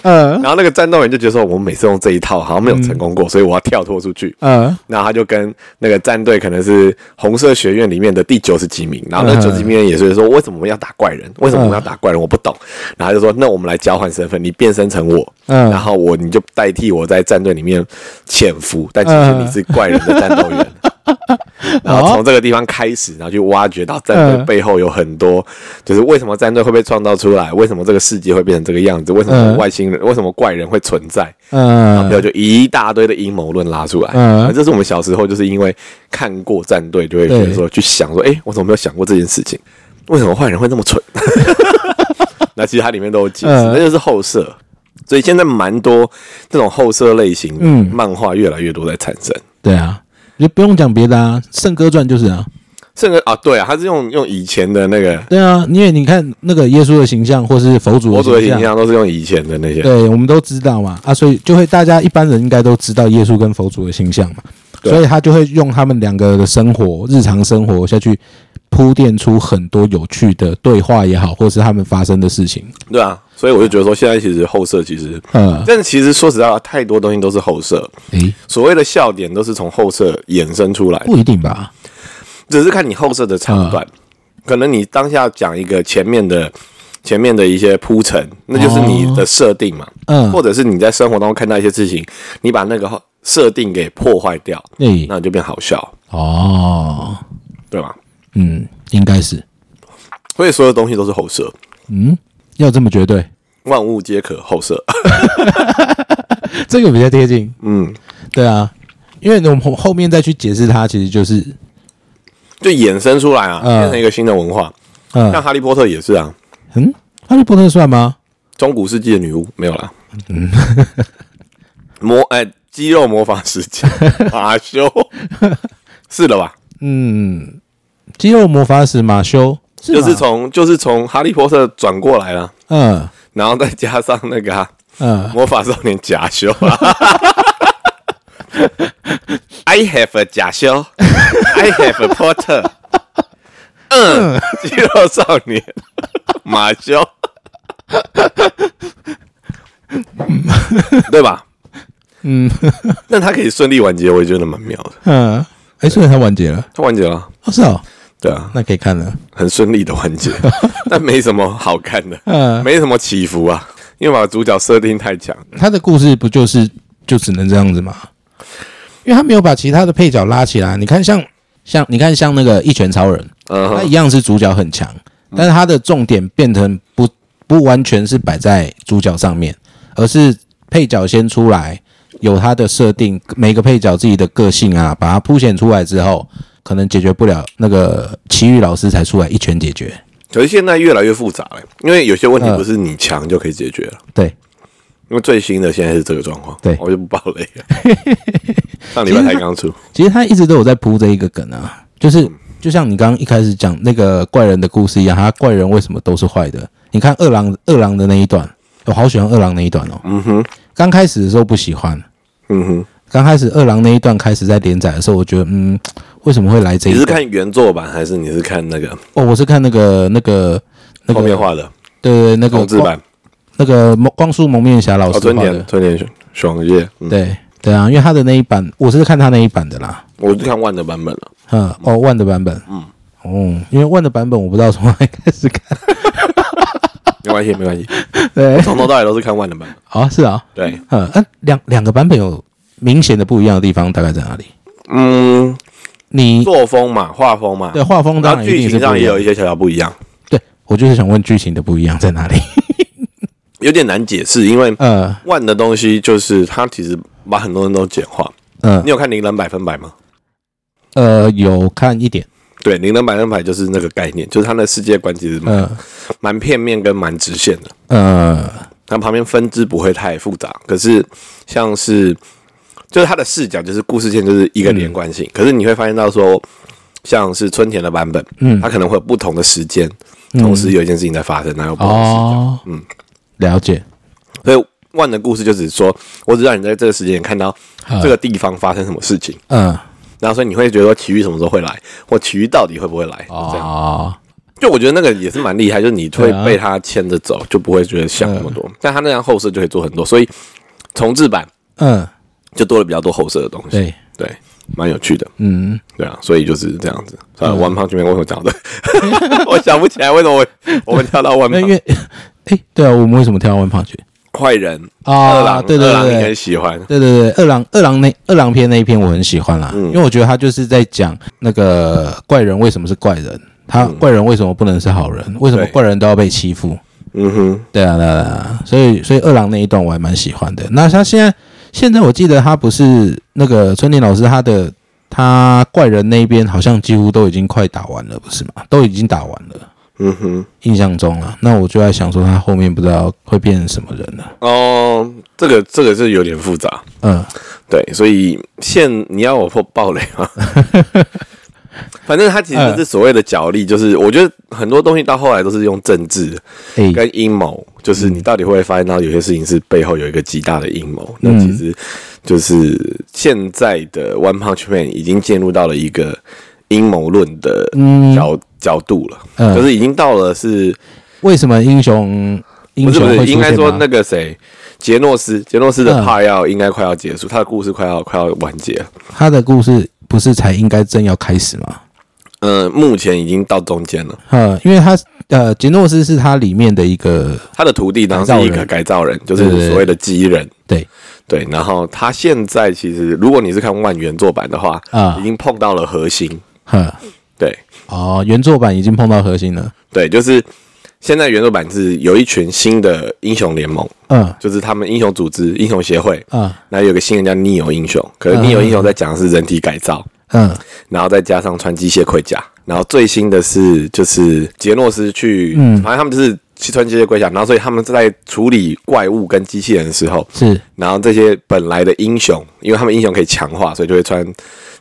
Speaker 2: 嗯
Speaker 1: 然后那个战斗员就觉得说，我们每次用这一套好像没有成功过，所以我要跳脱出去。
Speaker 2: 嗯
Speaker 1: 然后他就跟那个战队可能是红色学院里面的第九十几名，然后那
Speaker 2: 嗯
Speaker 1: 九十几名人也是说，为什么我们要打怪人？为什么我们要打怪人？我不懂。然后他就说，那我们来交换身份，你变身成我，
Speaker 2: 嗯
Speaker 1: 然后我你就代替我在战队里面潜伏，但其实你是怪人的战斗员。
Speaker 2: 嗯
Speaker 1: *laughs* 然后从这个地方开始，然后去挖掘到战队
Speaker 2: 嗯
Speaker 1: 背后有很多，就是为什么战队会被创造出来，为什么这个世界会变成这个样子，为什么
Speaker 2: 嗯
Speaker 1: 外星人，为什么怪人会存在，然后
Speaker 2: 嗯，
Speaker 1: 就一大堆的阴谋论拉出来。
Speaker 2: 嗯
Speaker 1: 嗯，这是我们小时候就是因为看过战队，就会觉得
Speaker 2: 对
Speaker 1: 说去想说，哎、我怎么没有想过这件事情？为什么坏人会那么
Speaker 2: *laughs*
Speaker 1: 蠢？那其实它里面都有解释，
Speaker 2: 嗯
Speaker 1: 那就是后设。所以现在蛮多这种后设类型的
Speaker 2: 嗯
Speaker 1: 漫画越来越多在产生。
Speaker 2: 对啊，就不用讲别的啊，《圣歌传》就是啊，
Speaker 1: 甚至啊，对啊，他是用用以前的那个
Speaker 2: 对啊，因为你看那个耶稣的形象，或是佛祖
Speaker 1: 佛祖的
Speaker 2: 形
Speaker 1: 形，象，都是用以前的那些。
Speaker 2: 对我们都知道嘛，啊，所以就会大家一般人应该都知道耶稣跟佛祖的形象嘛。
Speaker 1: 对
Speaker 2: 所以他就会用他们两个的生活、日常生活下去铺垫出很多有趣的对话也好，或是他们发生的事情。
Speaker 1: 对啊，所以我就觉得说，现在其实后设其实，
Speaker 2: 呃，
Speaker 1: 但其实说实在话，太多东西都是后设，
Speaker 2: 诶，
Speaker 1: 所谓的笑点都是从后设衍生出来的，
Speaker 2: 不啊一定吧？
Speaker 1: 只是看你后设的长短。可能你当下讲一个前面的前面的一些铺陈，那就是你的设定嘛，
Speaker 2: 嗯，
Speaker 1: 或者是你在生活当中看到一些事情，你把那个后设定给破坏掉，
Speaker 2: 诶，
Speaker 1: 那你就变好笑，
Speaker 2: 哦，
Speaker 1: 对吧？
Speaker 2: 嗯，应该是，
Speaker 1: 所以所有东西都是后设，
Speaker 2: 嗯，要这么绝对，
Speaker 1: 万物皆可后设。
Speaker 2: *laughs* 这个比较贴近。
Speaker 1: 嗯，
Speaker 2: 对啊，因为我们后后面再去解释它，其实就是，
Speaker 1: *laughs* 就衍生出来啊，
Speaker 2: 嗯
Speaker 1: 变成一个新的文化。
Speaker 2: 嗯、
Speaker 1: 像哈利波特也是啊，
Speaker 2: 嗯，哈利波特算吗？
Speaker 1: 中古世纪的女巫没有啦。魔哎、肌肉魔法世界，马修是了吧？
Speaker 2: 嗯，肌肉魔法使马修是
Speaker 1: 就是
Speaker 2: 吗
Speaker 1: 从就是从哈利波特转过来了，
Speaker 2: 嗯
Speaker 1: 然后再加上那个、啊、
Speaker 2: 嗯，
Speaker 1: 魔法少年假修、啊。I have a 假修，I have a Potter，嗯，肌肉少年马修，对吧？
Speaker 2: 嗯
Speaker 1: 但他可以顺利完结，我也觉得蛮妙的。
Speaker 2: 嗯，哎、所以它完结了
Speaker 1: 他完结了，
Speaker 2: 哦，是哦，
Speaker 1: 对啊，
Speaker 2: 那可以看了，
Speaker 1: 很顺利的完结，但没什么好看的，
Speaker 2: 嗯，
Speaker 1: 没什么起伏啊，因为把主角设定太强。
Speaker 2: 他的故事不就是就只能这样子吗？因为他没有把其他的配角拉起来，你看像像你看像那个一拳超人，
Speaker 1: 嗯
Speaker 2: 他
Speaker 1: 哼嗯
Speaker 2: 一样是主角很强，但是他的重点变成不不完全是摆在主角上面，而是配角先出来，有他的设定，每个配角自己的个性啊，把它凸显出来之后，可能解决不了那个奇遇老师才出来一拳解决。
Speaker 1: 可是现在越来越复杂了、因为有些问题
Speaker 2: 嗯
Speaker 1: 不是你强就可以解决了。
Speaker 2: 对，
Speaker 1: 因为最新的现在是这个状况，
Speaker 2: 对
Speaker 1: 我就不爆雷
Speaker 2: *laughs*
Speaker 1: 了。上礼拜才刚出，
Speaker 2: 其实他一直都有在铺这一个梗啊，就是就像你刚刚一开始讲那个怪人的故事一样，他怪人为什么都是坏的？你看二郎二郎的那一段，我好喜欢二郎那一段哦。
Speaker 1: 嗯哼，
Speaker 2: 刚开始的时候不喜欢，
Speaker 1: 嗯哼，
Speaker 2: 刚开始二郎那一段开始在连载的时候，我觉得嗯，为什么会来这
Speaker 1: 你
Speaker 2: 一
Speaker 1: 是
Speaker 2: 段？
Speaker 1: 看原作版还是你是看那个
Speaker 2: 哦，我是看那个那个那
Speaker 1: 后面
Speaker 2: 个哦
Speaker 1: 画的
Speaker 2: 对对对那个
Speaker 1: 重制
Speaker 2: 光
Speaker 1: 版？
Speaker 2: 那个蒙光速蒙面侠老
Speaker 1: 哦，
Speaker 2: 师
Speaker 1: 春
Speaker 2: 画
Speaker 1: 田
Speaker 2: 的，
Speaker 1: 春田雄雄介，嗯，
Speaker 2: 对对啊，因为他的那一版我是看他那一版的啦，
Speaker 1: 我是看万的版本了。
Speaker 2: 嗯哦 One 的版本，嗯哦，因为 One 的版本我不知道从哪里开
Speaker 1: *laughs*
Speaker 2: 始看，
Speaker 1: 没关系，没关系，
Speaker 2: *laughs* 对，
Speaker 1: 从头到尾都是看万的版本。
Speaker 2: 哦是啊，
Speaker 1: 对，
Speaker 2: 嗯啊两两个版本有明显的不一样的地方，大概在哪里？
Speaker 1: 嗯，
Speaker 2: 你
Speaker 1: 作风嘛，画风嘛，
Speaker 2: 对画风
Speaker 1: 然
Speaker 2: 当
Speaker 1: 后
Speaker 2: 然一
Speaker 1: 剧
Speaker 2: 定是
Speaker 1: 情
Speaker 2: 不
Speaker 1: 上
Speaker 2: 一
Speaker 1: 也
Speaker 2: 样
Speaker 1: 有，一些小小不一样，
Speaker 2: 对我就是想问剧情的不一样
Speaker 1: *laughs*
Speaker 2: 在哪里？
Speaker 1: 有点难解释，因为
Speaker 2: 呃
Speaker 1: 万的东西就是它其实把很多人都简化。
Speaker 2: 嗯
Speaker 1: 你有看《零人百分百》吗？
Speaker 2: 呃有看一点，
Speaker 1: 对，《零人百分百》就是那个概念，就是它的世界观其实蛮
Speaker 2: 嗯。
Speaker 1: 蛮片面跟蛮直线的，
Speaker 2: 呃，
Speaker 1: 它旁边分支不会太复杂。可是像是就是它的视角，就是故事线就是一个连
Speaker 2: 嗯
Speaker 1: 贯性。可是你会发现到说，像是春田的版本，
Speaker 2: 嗯
Speaker 1: 它可能会有不同的时间，同时有一件事情在发生，然后有不同的视角。
Speaker 2: 哦，
Speaker 1: 嗯，
Speaker 2: 了解，
Speaker 1: 所以万的故事就只是说，我只让你在这个时间点看到这个地方发生什么事情，
Speaker 2: 嗯，
Speaker 1: 然后所以你会觉得说奇遇什么时候会来，或奇遇到底会不会来？这样，
Speaker 2: 哦，
Speaker 1: 就我觉得那个也是蛮厉害，就是你
Speaker 2: 对
Speaker 1: 会
Speaker 2: 啊
Speaker 1: 被他牵着走，就不会觉得想那么多。但他那样后设就可以做很多，所以重置版
Speaker 2: 嗯，
Speaker 1: 就多了比较多后设的东西，
Speaker 2: 对，
Speaker 1: 对，蛮有趣的，
Speaker 2: 嗯，
Speaker 1: 对啊，所以就是这样子。啊，One Punch Man 为什么讲的？ *laughs* 我想不起来为什么我我们跳到 One
Speaker 2: 那 *laughs* 因
Speaker 1: Punch
Speaker 2: 为，哎，对啊，我们为什么跳到 One Punch？
Speaker 1: 坏人二
Speaker 2: 啊，
Speaker 1: 郎，
Speaker 2: 对对
Speaker 1: 二郎你
Speaker 2: 对
Speaker 1: 很。喜欢，
Speaker 2: 对对对，二郎二郎那二郎篇那一篇我很喜欢啦，因为我觉得他就是在讲那个怪人为什么是怪人，他怪人为什么不能是好人，为什么
Speaker 1: 对
Speaker 2: 怪人都要被欺负？
Speaker 1: 嗯哼，
Speaker 2: 对啊，对啊，对啊所以所以二郎那一段我还蛮喜欢的。那他现在现在我记得他不是那个春田老师，他的他怪人那边好像几乎都已经快打完了，不是吗？都已经打完了，
Speaker 1: 嗯哼。
Speaker 2: 印象中了。那我就在想说，他后面不知道会变成什么人了。
Speaker 1: 哦，这个这个是有点复杂，
Speaker 2: 嗯，
Speaker 1: 对，所以现你要我破暴雷吗？ *laughs* 反正他其实
Speaker 2: 嗯
Speaker 1: 就是所谓的角力，就是我觉得很多东西到后来都是用政治
Speaker 2: 诶、嗯嗯
Speaker 1: 跟阴谋，就是你到底会不会发现到有些事情是背后有一个极大的阴谋，那其实就是现在的 One Punch Man 已经进入到了一个阴谋论的角、角度了，
Speaker 2: 嗯
Speaker 1: 就是已经到了是
Speaker 2: 为什么英雄英
Speaker 1: 不是
Speaker 2: 雄
Speaker 1: 不
Speaker 2: 会
Speaker 1: 是
Speaker 2: 出现
Speaker 1: 应该说
Speaker 2: 吗
Speaker 1: 那个谁杰诺斯杰诺斯的
Speaker 2: 嗯
Speaker 1: part 要、应该快要结束，他的故事快要快要完结了。
Speaker 2: 他的故事不是才应该正要开始吗？
Speaker 1: 呃，目前已经到中间了。
Speaker 2: 呃，因为他呃，杰诺斯是他里面的一个
Speaker 1: 他的徒弟当时
Speaker 2: 改造
Speaker 1: 是一
Speaker 2: 人
Speaker 1: 个改造人，就
Speaker 2: 对对
Speaker 1: 是
Speaker 2: 对
Speaker 1: 所谓的机人。
Speaker 2: 对
Speaker 1: 对，然后他现在其实，如果你是看万原作版的话，
Speaker 2: 啊
Speaker 1: 已经碰到了核心。
Speaker 2: 呵
Speaker 1: 对
Speaker 2: 哦，原作版已经碰到核心了，
Speaker 1: 对，就是现在原作版是有一群新的英雄联盟，
Speaker 2: 嗯
Speaker 1: 就是他们英雄组织、英雄协会，
Speaker 2: 嗯
Speaker 1: 然后有个新人叫 Neo 英雄，可是
Speaker 2: 嗯
Speaker 1: Neo 英雄在讲的是人体改造，
Speaker 2: 嗯
Speaker 1: 然后再加上穿机械盔甲，然后最新的是就是杰诺斯去，
Speaker 2: 嗯
Speaker 1: 反正他们就是去穿机械盔甲，然后所以他们在处理怪物跟机器人的时候，
Speaker 2: 是
Speaker 1: 然后这些本来的英雄，因为他们英雄可以强化，所以就会穿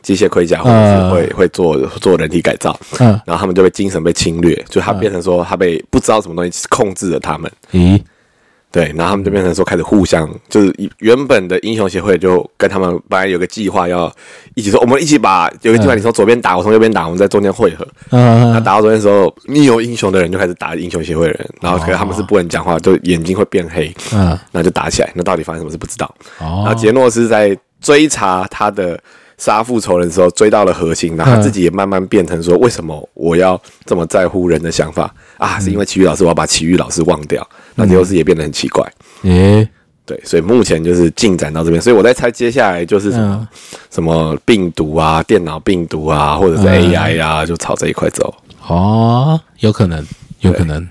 Speaker 1: 机械盔甲，或者是
Speaker 2: 呃
Speaker 1: 会、会做做人体改造，
Speaker 2: 嗯
Speaker 1: 然后他们就被精神被侵略，就
Speaker 2: 呃
Speaker 1: 他变成说他被不知道什么东西控制了他们，
Speaker 2: 咦
Speaker 1: 对，然后他们就变成说开始互相，就是原本的英雄协会就跟他们本来有个计划要一起说，我们一起把有个计划，
Speaker 2: 嗯
Speaker 1: 你从左边打，我从右边打，我们在中间汇合。那
Speaker 2: 嗯
Speaker 1: 打到中间的时候，你有英雄的人就开始打英雄协会的人，然后可是他们是不能讲话，就眼睛会变黑，
Speaker 2: 嗯
Speaker 1: 那就打起来。那到底发生什么事不知道。然后
Speaker 2: 哦
Speaker 1: 杰诺斯在追查他的杀父仇人的时候，追到了核心，然后他
Speaker 2: 嗯
Speaker 1: 自己也慢慢变成说，为什么我要这么在乎人的想法啊？是因
Speaker 2: 嗯
Speaker 1: 为奇遇老师，我要把奇遇老师忘掉，那杰诺斯也变得很奇怪。
Speaker 2: 诶
Speaker 1: 对，所以目前就是进展到这边，所以我在猜接下来就是什么、
Speaker 2: 嗯
Speaker 1: 什么病毒啊、电脑病毒啊，或者是
Speaker 2: 嗯
Speaker 1: AI 啊，就朝这一块走。
Speaker 2: 哦，有可能有可能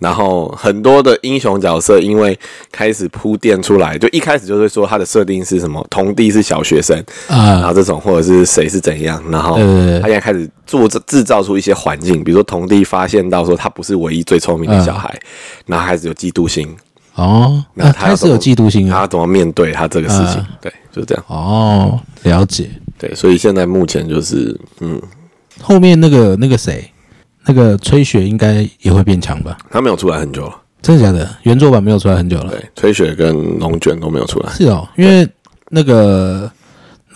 Speaker 1: 然后很多的英雄角色，因为开始铺垫出来，就一开始就是说他的设定是什么，童弟是小学生，然
Speaker 2: 啊
Speaker 1: 后这种或者是谁是怎样，然后
Speaker 2: 对对对
Speaker 1: 他现在开始做制造出一些环境，比如说童弟发现到说他不是唯一最聪明
Speaker 2: 嗯
Speaker 1: 的小孩，然后开始有嫉妒心，
Speaker 2: 哦，
Speaker 1: 那
Speaker 2: 那
Speaker 1: 他要
Speaker 2: 开
Speaker 1: 怎
Speaker 2: 始
Speaker 1: 么
Speaker 2: 有嫉妒心
Speaker 1: 他
Speaker 2: 啊
Speaker 1: 怎么面对他这个事情？
Speaker 2: 嗯
Speaker 1: 对，就是这样。
Speaker 2: 哦，了解。
Speaker 1: 对，所以现在目前就是嗯，
Speaker 2: 后面那个那个谁，那个吹雪应该也会变强吧？
Speaker 1: 他没有出来很久了，
Speaker 2: 真的假的？原作版没有出来很久了。
Speaker 1: 对，吹雪跟龙卷都没有出来。
Speaker 2: 是哦，因为那个、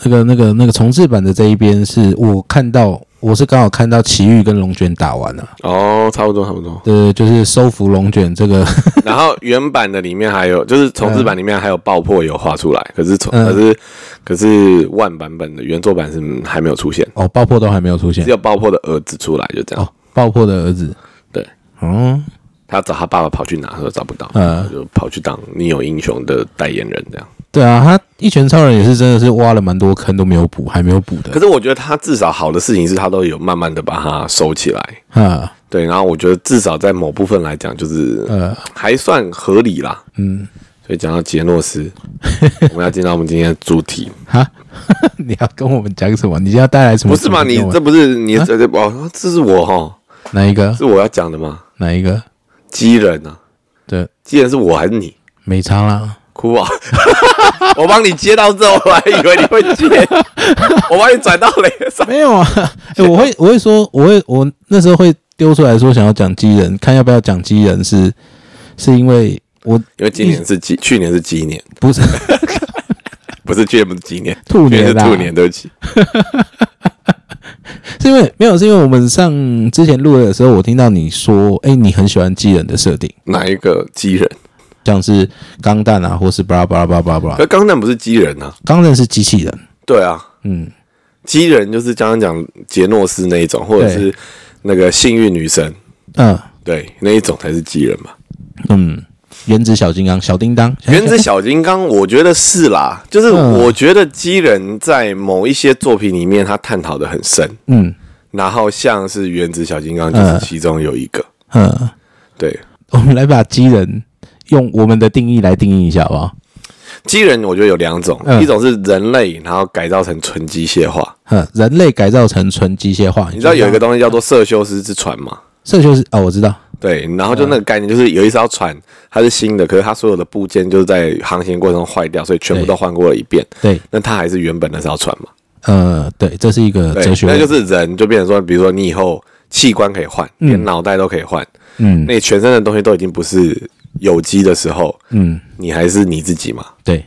Speaker 2: 那个、那个、那个重置版的这一边是我看到，我是刚好看到奇遇跟龙卷打完了，。
Speaker 1: 哦，差不多差不多
Speaker 2: 对，就是收服龙卷这个， *laughs*
Speaker 1: 然后原版的里面还有，就是重制版里面还有爆破有画出来，可是重
Speaker 2: 嗯
Speaker 1: 可是可是万版本的原作版是还没有出现，
Speaker 2: 哦，爆破都还没有出现
Speaker 1: 只，有爆破的儿子出来，就这样。
Speaker 2: 哦，爆破的儿子，
Speaker 1: 对，
Speaker 2: 哦，
Speaker 1: 他找他爸爸跑去哪，他说找不到，
Speaker 2: 嗯
Speaker 1: 就跑去当你有英雄的代言人这样。
Speaker 2: 对啊，他一拳超人也是真的是挖了蛮多坑都没有补，还没有补
Speaker 1: 可
Speaker 2: 的，
Speaker 1: 是我觉得他至少好的事情是他都有慢慢的把它收起来，
Speaker 2: 啊，
Speaker 1: 对。然后我觉得至少在某部分来讲，就是
Speaker 2: 呃，
Speaker 1: 还算合理啦。
Speaker 2: 嗯，
Speaker 1: 所以讲到杰诺斯，我们要进到我们今天的主题，
Speaker 2: 哈， *laughs* 你要跟我们讲什么？你要啊带来什么
Speaker 1: 不
Speaker 2: 主
Speaker 1: 是嘛？
Speaker 2: 题 *laughs* 跟我
Speaker 1: 你
Speaker 2: 们？
Speaker 1: 这不是你这这哦，这是我哈，
Speaker 2: 哪一个？
Speaker 1: 是我要讲的吗？
Speaker 2: 哪一个？
Speaker 1: 基人啊，
Speaker 2: 对，
Speaker 1: 基人是我还是你？
Speaker 2: 没差啦。
Speaker 1: 哭啊！ *laughs* 我帮你接到之后，我还以为你会接，我帮你转到雷上。
Speaker 2: 没有啊，欸、我
Speaker 1: 哦
Speaker 2: 会我会说，我会我那时候会丢出来说想要讲机人，看要不要讲机人是是因为我
Speaker 1: 因为今年是鸡，去年是鸡年，
Speaker 2: 不
Speaker 1: *laughs*
Speaker 2: 是
Speaker 1: 不是去年不是鸡年，
Speaker 2: 兔
Speaker 1: 去年
Speaker 2: 年
Speaker 1: 是
Speaker 2: 啦，
Speaker 1: 兔年，对不起。
Speaker 2: 是因为没有是因为我们上之前录的时候，我听到你说，哎、你很喜欢机人的设定，
Speaker 1: 哪一个鸡人？
Speaker 2: 像是钢弹啊，或是巴拉巴拉巴拉巴拉巴拉
Speaker 1: 可，钢弹不是鸡人啊？
Speaker 2: 钢弹是机器人，
Speaker 1: 对啊，
Speaker 2: 嗯，
Speaker 1: 鸡人就是刚刚讲杰诺斯那一种，或者
Speaker 2: 对
Speaker 1: 是那个幸运女神，
Speaker 2: 嗯、
Speaker 1: 对，那一种才是鸡人
Speaker 2: *laughs*
Speaker 1: 嘛。
Speaker 2: 嗯，原子小金刚、小叮当、
Speaker 1: 原子小金刚，我觉得是啦，就是
Speaker 2: 嗯
Speaker 1: 我觉得机人在某一些作品里面，他探讨的很深，
Speaker 2: 嗯
Speaker 1: 然后像是原子小金刚就是
Speaker 2: 嗯
Speaker 1: 其中有一个，
Speaker 2: 嗯，
Speaker 1: 对，
Speaker 2: 我们来把机人用我们的定义来定义一下好不好？
Speaker 1: 机人我觉得有两种，
Speaker 2: 嗯
Speaker 1: 一种是人类，然后改造成纯机械化，
Speaker 2: 嗯，人类改造成纯机械化，
Speaker 1: 你知道有一个
Speaker 2: 东
Speaker 1: 东西叫做色修斯之船吗？
Speaker 2: 这就是哦，我知道，
Speaker 1: 对，然后就那个概念，就是有一艘船，它是新的，可是它所有的部件就是在航行过程中坏掉，所以全部都换过了一遍。
Speaker 2: 对，
Speaker 1: 那它还是原本那艘船嘛？
Speaker 2: 呃，对，这是一个
Speaker 1: 对
Speaker 2: 哲，学
Speaker 1: 那
Speaker 2: 问，
Speaker 1: 就是人就变成说，比如说你以后器官可以换，连脑袋都可以换，
Speaker 2: 嗯
Speaker 1: 那你全身的东西都已经不是有机的时候，
Speaker 2: 嗯，
Speaker 1: 你还是你自己嘛？
Speaker 2: 对，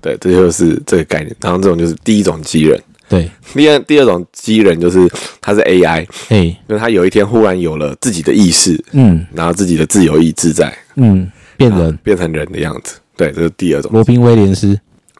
Speaker 1: 对，这就是这个概念。然后这种就是第一种机人，
Speaker 2: 对，
Speaker 1: 第二第二种机人就是他是 AI，
Speaker 2: 哎，
Speaker 1: 就是他有一天忽然有了自己的意识，
Speaker 2: 嗯
Speaker 1: 然后自己的自由意志在
Speaker 2: 嗯，变人，
Speaker 1: 变成人的样子。对，这是第二种。
Speaker 2: 罗宾威廉斯，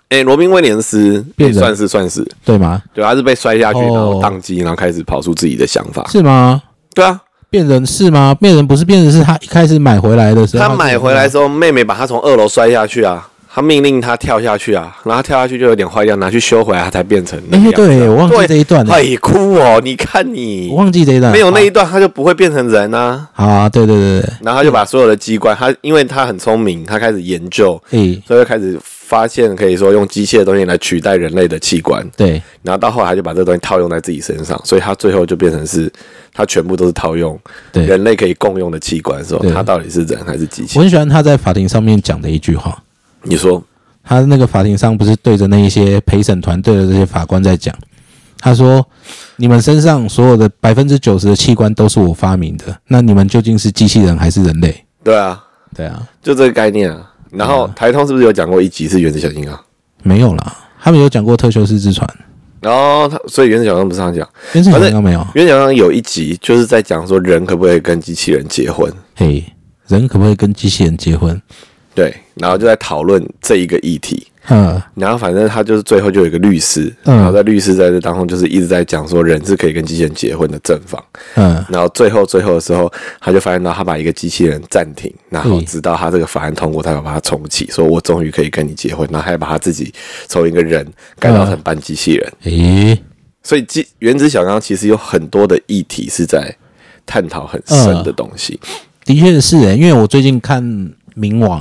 Speaker 1: 哎、罗宾威廉斯哎
Speaker 2: 变人
Speaker 1: 算是算是，
Speaker 2: 对吗？
Speaker 1: 对，他是被摔下去，
Speaker 2: 哦
Speaker 1: 然后宕机，然后开始跑出自己的想法。
Speaker 2: 是吗？
Speaker 1: 对啊，
Speaker 2: 变人是吗？变人不是变人，是他一开始买回来的时候，
Speaker 1: 他买回来之后，妹妹把他从二楼摔下去啊，他命令他跳下去啊，然后他跳下去就有点坏掉，拿去修回来，他才变成那
Speaker 2: 哎
Speaker 1: 个样子啊、
Speaker 2: 对我忘记
Speaker 1: 对
Speaker 2: 这一段了
Speaker 1: 哎，哭哦！你看
Speaker 2: 我
Speaker 1: 你
Speaker 2: 忘记这一段了，
Speaker 1: 没有那一段，他就不会变成人啊。
Speaker 2: 好啊，对对对
Speaker 1: 然后他就把所有的机关，他因为他很聪明，他开始研究，
Speaker 2: 对，哎，
Speaker 1: 所以就开始发现可以说用机械的东西来取代人类的器官。
Speaker 2: 对，
Speaker 1: 然后到后来他就把这个东西套用在自己身上，所以他最后就变成是，他全部都是套用
Speaker 2: 对
Speaker 1: 人类可以共用的器官的时候，
Speaker 2: 对
Speaker 1: 他到底是人还是机器
Speaker 2: 我？很喜欢他在法庭上面讲的一句话，
Speaker 1: 你说
Speaker 2: 他那个法庭上不是对着那一些陪审团对着这些法官在讲，他说：“你们身上所有的百分之九十的器官都是我发明的，那你们究竟是机器人还是人类
Speaker 1: 对啊，？”
Speaker 2: 对啊，
Speaker 1: 就这个概念啊。然后
Speaker 2: 嗯
Speaker 1: 台通是不是有讲过一集是原子小啊金刚？
Speaker 2: 没有啦，他们有讲过特修斯之船，
Speaker 1: 然后他所以原子小金刚不是上讲，
Speaker 2: 原始小金刚没有，
Speaker 1: 原子小金刚有一集就是在讲说人可不可以跟机器人结婚，
Speaker 2: 嘿，人可不可以跟机器人结婚？
Speaker 1: 对，然后就在讨论这一个议题。
Speaker 2: 嗯，
Speaker 1: 然后反正他就是最后就有一个律师，
Speaker 2: 嗯
Speaker 1: 然后在律师在这当中就是一直在讲说人是可以跟机器人结婚的正方，
Speaker 2: 嗯，
Speaker 1: 然后最后最后的时候，他就发现到他把一个机器人暂停，然后
Speaker 2: 嗯
Speaker 1: 直到他这个法案通过，他要把它重启，说我终于可以跟你结婚，然后还把他自己从一个人改
Speaker 2: 嗯
Speaker 1: 造成半机器人。
Speaker 2: 诶、
Speaker 1: 所以机原子小刚其实有很多的议题是在探讨很深
Speaker 2: 嗯
Speaker 1: 的东西。
Speaker 2: 的确是诶、因为我最近看《冥王》。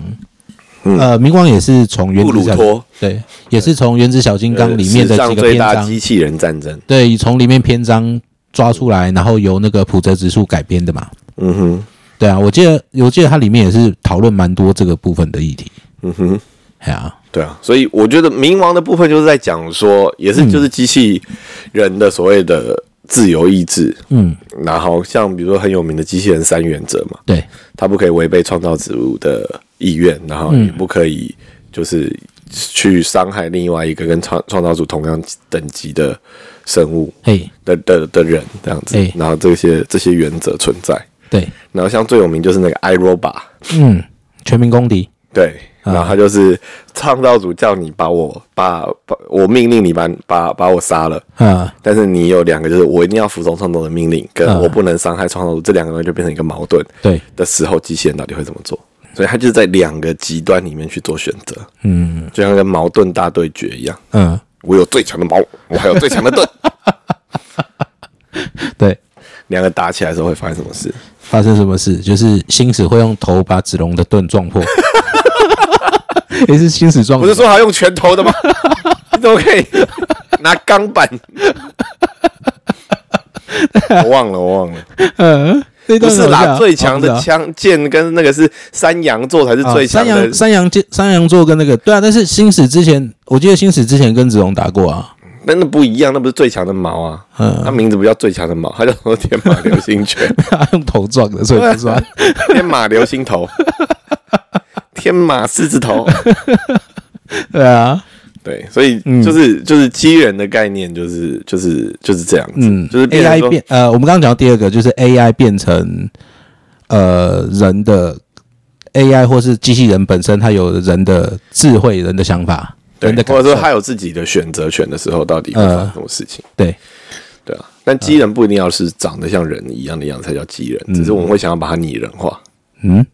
Speaker 2: 呃，冥王也是从原
Speaker 1: 嗯布
Speaker 2: 子
Speaker 1: 鲁
Speaker 2: 小
Speaker 1: 托
Speaker 2: 对，也是从原子小金刚里面
Speaker 1: 史
Speaker 2: 的几
Speaker 1: 上
Speaker 2: 个篇
Speaker 1: 最大
Speaker 2: 章，
Speaker 1: 机器人战争，
Speaker 2: 对，从里面篇章抓出来，然后由那个普泽直树改编的嘛。
Speaker 1: 嗯哼，
Speaker 2: 对啊，我记得我记得它里面也是讨论蛮多这个部分的议题。
Speaker 1: 嗯哼。
Speaker 2: 哎呀、
Speaker 1: 对啊，所以我觉得冥王的部分就是在讲说，也是就是机器人的所谓的自由意志，
Speaker 2: 嗯，
Speaker 1: 然后像比如说很有名的机器人三原则嘛，
Speaker 2: 对，
Speaker 1: 它不可以违背创造植物的意愿，然后也不可以就是去伤害另外一个跟创创造主同样等级的生物
Speaker 2: 嘿，
Speaker 1: 的的的人这样子
Speaker 2: 哎，
Speaker 1: 然后这些这些原则存在，
Speaker 2: 对，
Speaker 1: 然后像最有名就是那个 iRobot，
Speaker 2: 嗯，全民公敌，
Speaker 1: 对，
Speaker 2: 啊
Speaker 1: 然后他就是创造主叫你把我把把我命令你把把把我杀了，
Speaker 2: 啊，
Speaker 1: 但是你有两个就是我一定要服从创造主的命令，跟
Speaker 2: 嗯
Speaker 1: 我不能伤害创造主，这两个东西就变成一个矛盾
Speaker 2: 对，
Speaker 1: 的时候，机器人到底会怎么做？所以他就是在两个极端里面去做选择，
Speaker 2: 嗯
Speaker 1: 就像跟矛盾大对决一样。
Speaker 2: 嗯，
Speaker 1: 我有最强的矛，我还有最强的
Speaker 2: *laughs*
Speaker 1: 盾，
Speaker 2: 对，
Speaker 1: 两个打起来的时候会发生什么事？
Speaker 2: 发生什么事？就是星矢会用头把子龙的盾
Speaker 1: *laughs*
Speaker 2: 撞破，也是星矢撞
Speaker 1: 不
Speaker 2: 的，
Speaker 1: 是说好用拳头的吗？ *laughs* 你怎么可以拿钢板？ *laughs* 我忘了，我忘了，
Speaker 2: 嗯，这
Speaker 1: 不
Speaker 2: 段
Speaker 1: 是
Speaker 2: 很好笑
Speaker 1: 啦，
Speaker 2: 啊
Speaker 1: 最强
Speaker 2: 哦
Speaker 1: 的
Speaker 2: 不是啊
Speaker 1: 枪剑跟那个是山羊座才是
Speaker 2: 啊
Speaker 1: 最强
Speaker 2: 山
Speaker 1: 的
Speaker 2: 羊，山羊剑山羊座跟那个对啊，但是星矢之前，我记得星矢之前跟子龙打过啊，
Speaker 1: 那那不一样，那不是最强的毛啊，
Speaker 2: 嗯
Speaker 1: 它名字不叫最强的毛，它叫什么天马流星
Speaker 2: *laughs*
Speaker 1: 拳，
Speaker 2: 他用头撞的，所以不算。
Speaker 1: 天马流星头，天马狮子
Speaker 2: *laughs*
Speaker 1: 头，
Speaker 2: 对啊，
Speaker 1: 对，所以
Speaker 2: 嗯
Speaker 1: 就是、就是机人的概念，就是就是就是这样子，
Speaker 2: 嗯，
Speaker 1: 就是变成
Speaker 2: AI
Speaker 1: 说
Speaker 2: 变呃，我们刚刚讲到第二个就是 AI 变成呃人的 AI 或是机器人本身，它有人的智慧、人的想法、
Speaker 1: 对
Speaker 2: 人的，感
Speaker 1: 或者说
Speaker 2: 受。嗯
Speaker 1: 他有自己的选择权的时候，到底会发生什么事情？
Speaker 2: 对，
Speaker 1: 对啊，但机人不一定要是长得像人一样的样子才叫机人，只是我们会想要把它拟人化。
Speaker 2: 嗯，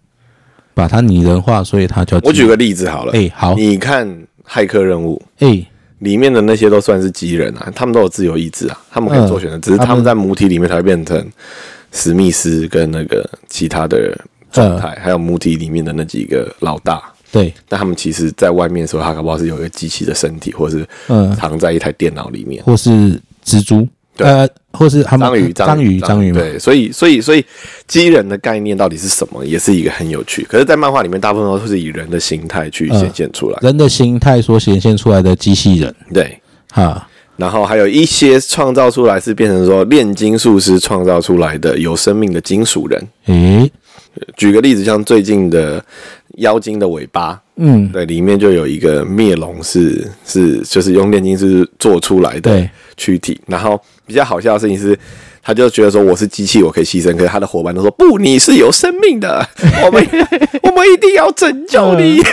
Speaker 2: 把它拟人化，所以它叫
Speaker 1: 我举
Speaker 2: 个
Speaker 1: 个例子好了，
Speaker 2: 哎好
Speaker 1: 你看《骇客任务》
Speaker 2: 哎
Speaker 1: 里面的那些都算是机人啊，他们都有自由意志啊，他们可以做选择，
Speaker 2: 嗯
Speaker 1: 只是他们在母体里面才会变成史密斯跟那个其他的
Speaker 2: 嗯
Speaker 1: 状态，还有母体里面的那几个老大。
Speaker 2: 对
Speaker 1: 但他们其实，在外面的时候，他搞不好是有一个机器的身体，或者是
Speaker 2: 嗯
Speaker 1: 藏在一台电脑里面。
Speaker 2: 或是蜘蛛
Speaker 1: 对
Speaker 2: 呃或是他们
Speaker 1: 章鱼，
Speaker 2: 章鱼章鱼嘛，
Speaker 1: 对，所以，所以，所以，机人的概念到底是什么，也是一个很有趣。可是，在漫画里面，大部分都是以人的形态去
Speaker 2: 嗯
Speaker 1: 显现出来。
Speaker 2: 人的形态所显现出来的机器人
Speaker 1: 对，
Speaker 2: 哈，
Speaker 1: 然后还有一些创造出来是变成说炼金术师创造出来的有生命的金属人，
Speaker 2: 诶、
Speaker 1: 举个例子，像最近的《妖精的尾巴》，
Speaker 2: 嗯，
Speaker 1: 对，里面就有一个灭龙是是就是用炼金术做出来的
Speaker 2: 对
Speaker 1: 躯体，然后比较好笑的事情是。他就觉得说我是机器，我可以牺牲。可是他的伙伴都说不，你是有生命的，我
Speaker 2: *laughs*
Speaker 1: 们我们一定要拯救你。
Speaker 2: 嗯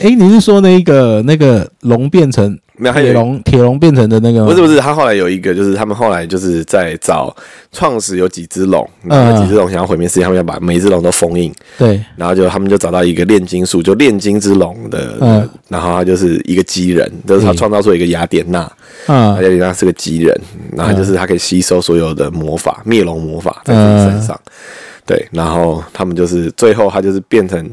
Speaker 2: 诶，你是说那个那个龙变成
Speaker 1: *laughs* 没有，还有
Speaker 2: 铁
Speaker 1: 一个
Speaker 2: 龙，嗯铁龙变成的那个吗？
Speaker 1: 不是不是，他后来有一个，就是他们后来就是在找创始有几只龙，然
Speaker 2: 嗯
Speaker 1: 后有几只龙想要毁灭世界，他们要把每一只龙都封印，
Speaker 2: 对，
Speaker 1: 然后就他们就找到一个炼金术，就炼金之龙的，
Speaker 2: 嗯
Speaker 1: 然后他就是一个机人，就是他
Speaker 2: 嗯
Speaker 1: 创造出一个雅典娜，
Speaker 2: 啊
Speaker 1: 雅，典娜是个机人，然后
Speaker 2: 嗯
Speaker 1: 就是他可以吸收所有的魔法，灭龙魔法在自己身上。
Speaker 2: 嗯
Speaker 1: 对，然后他们就是最后他就是变成，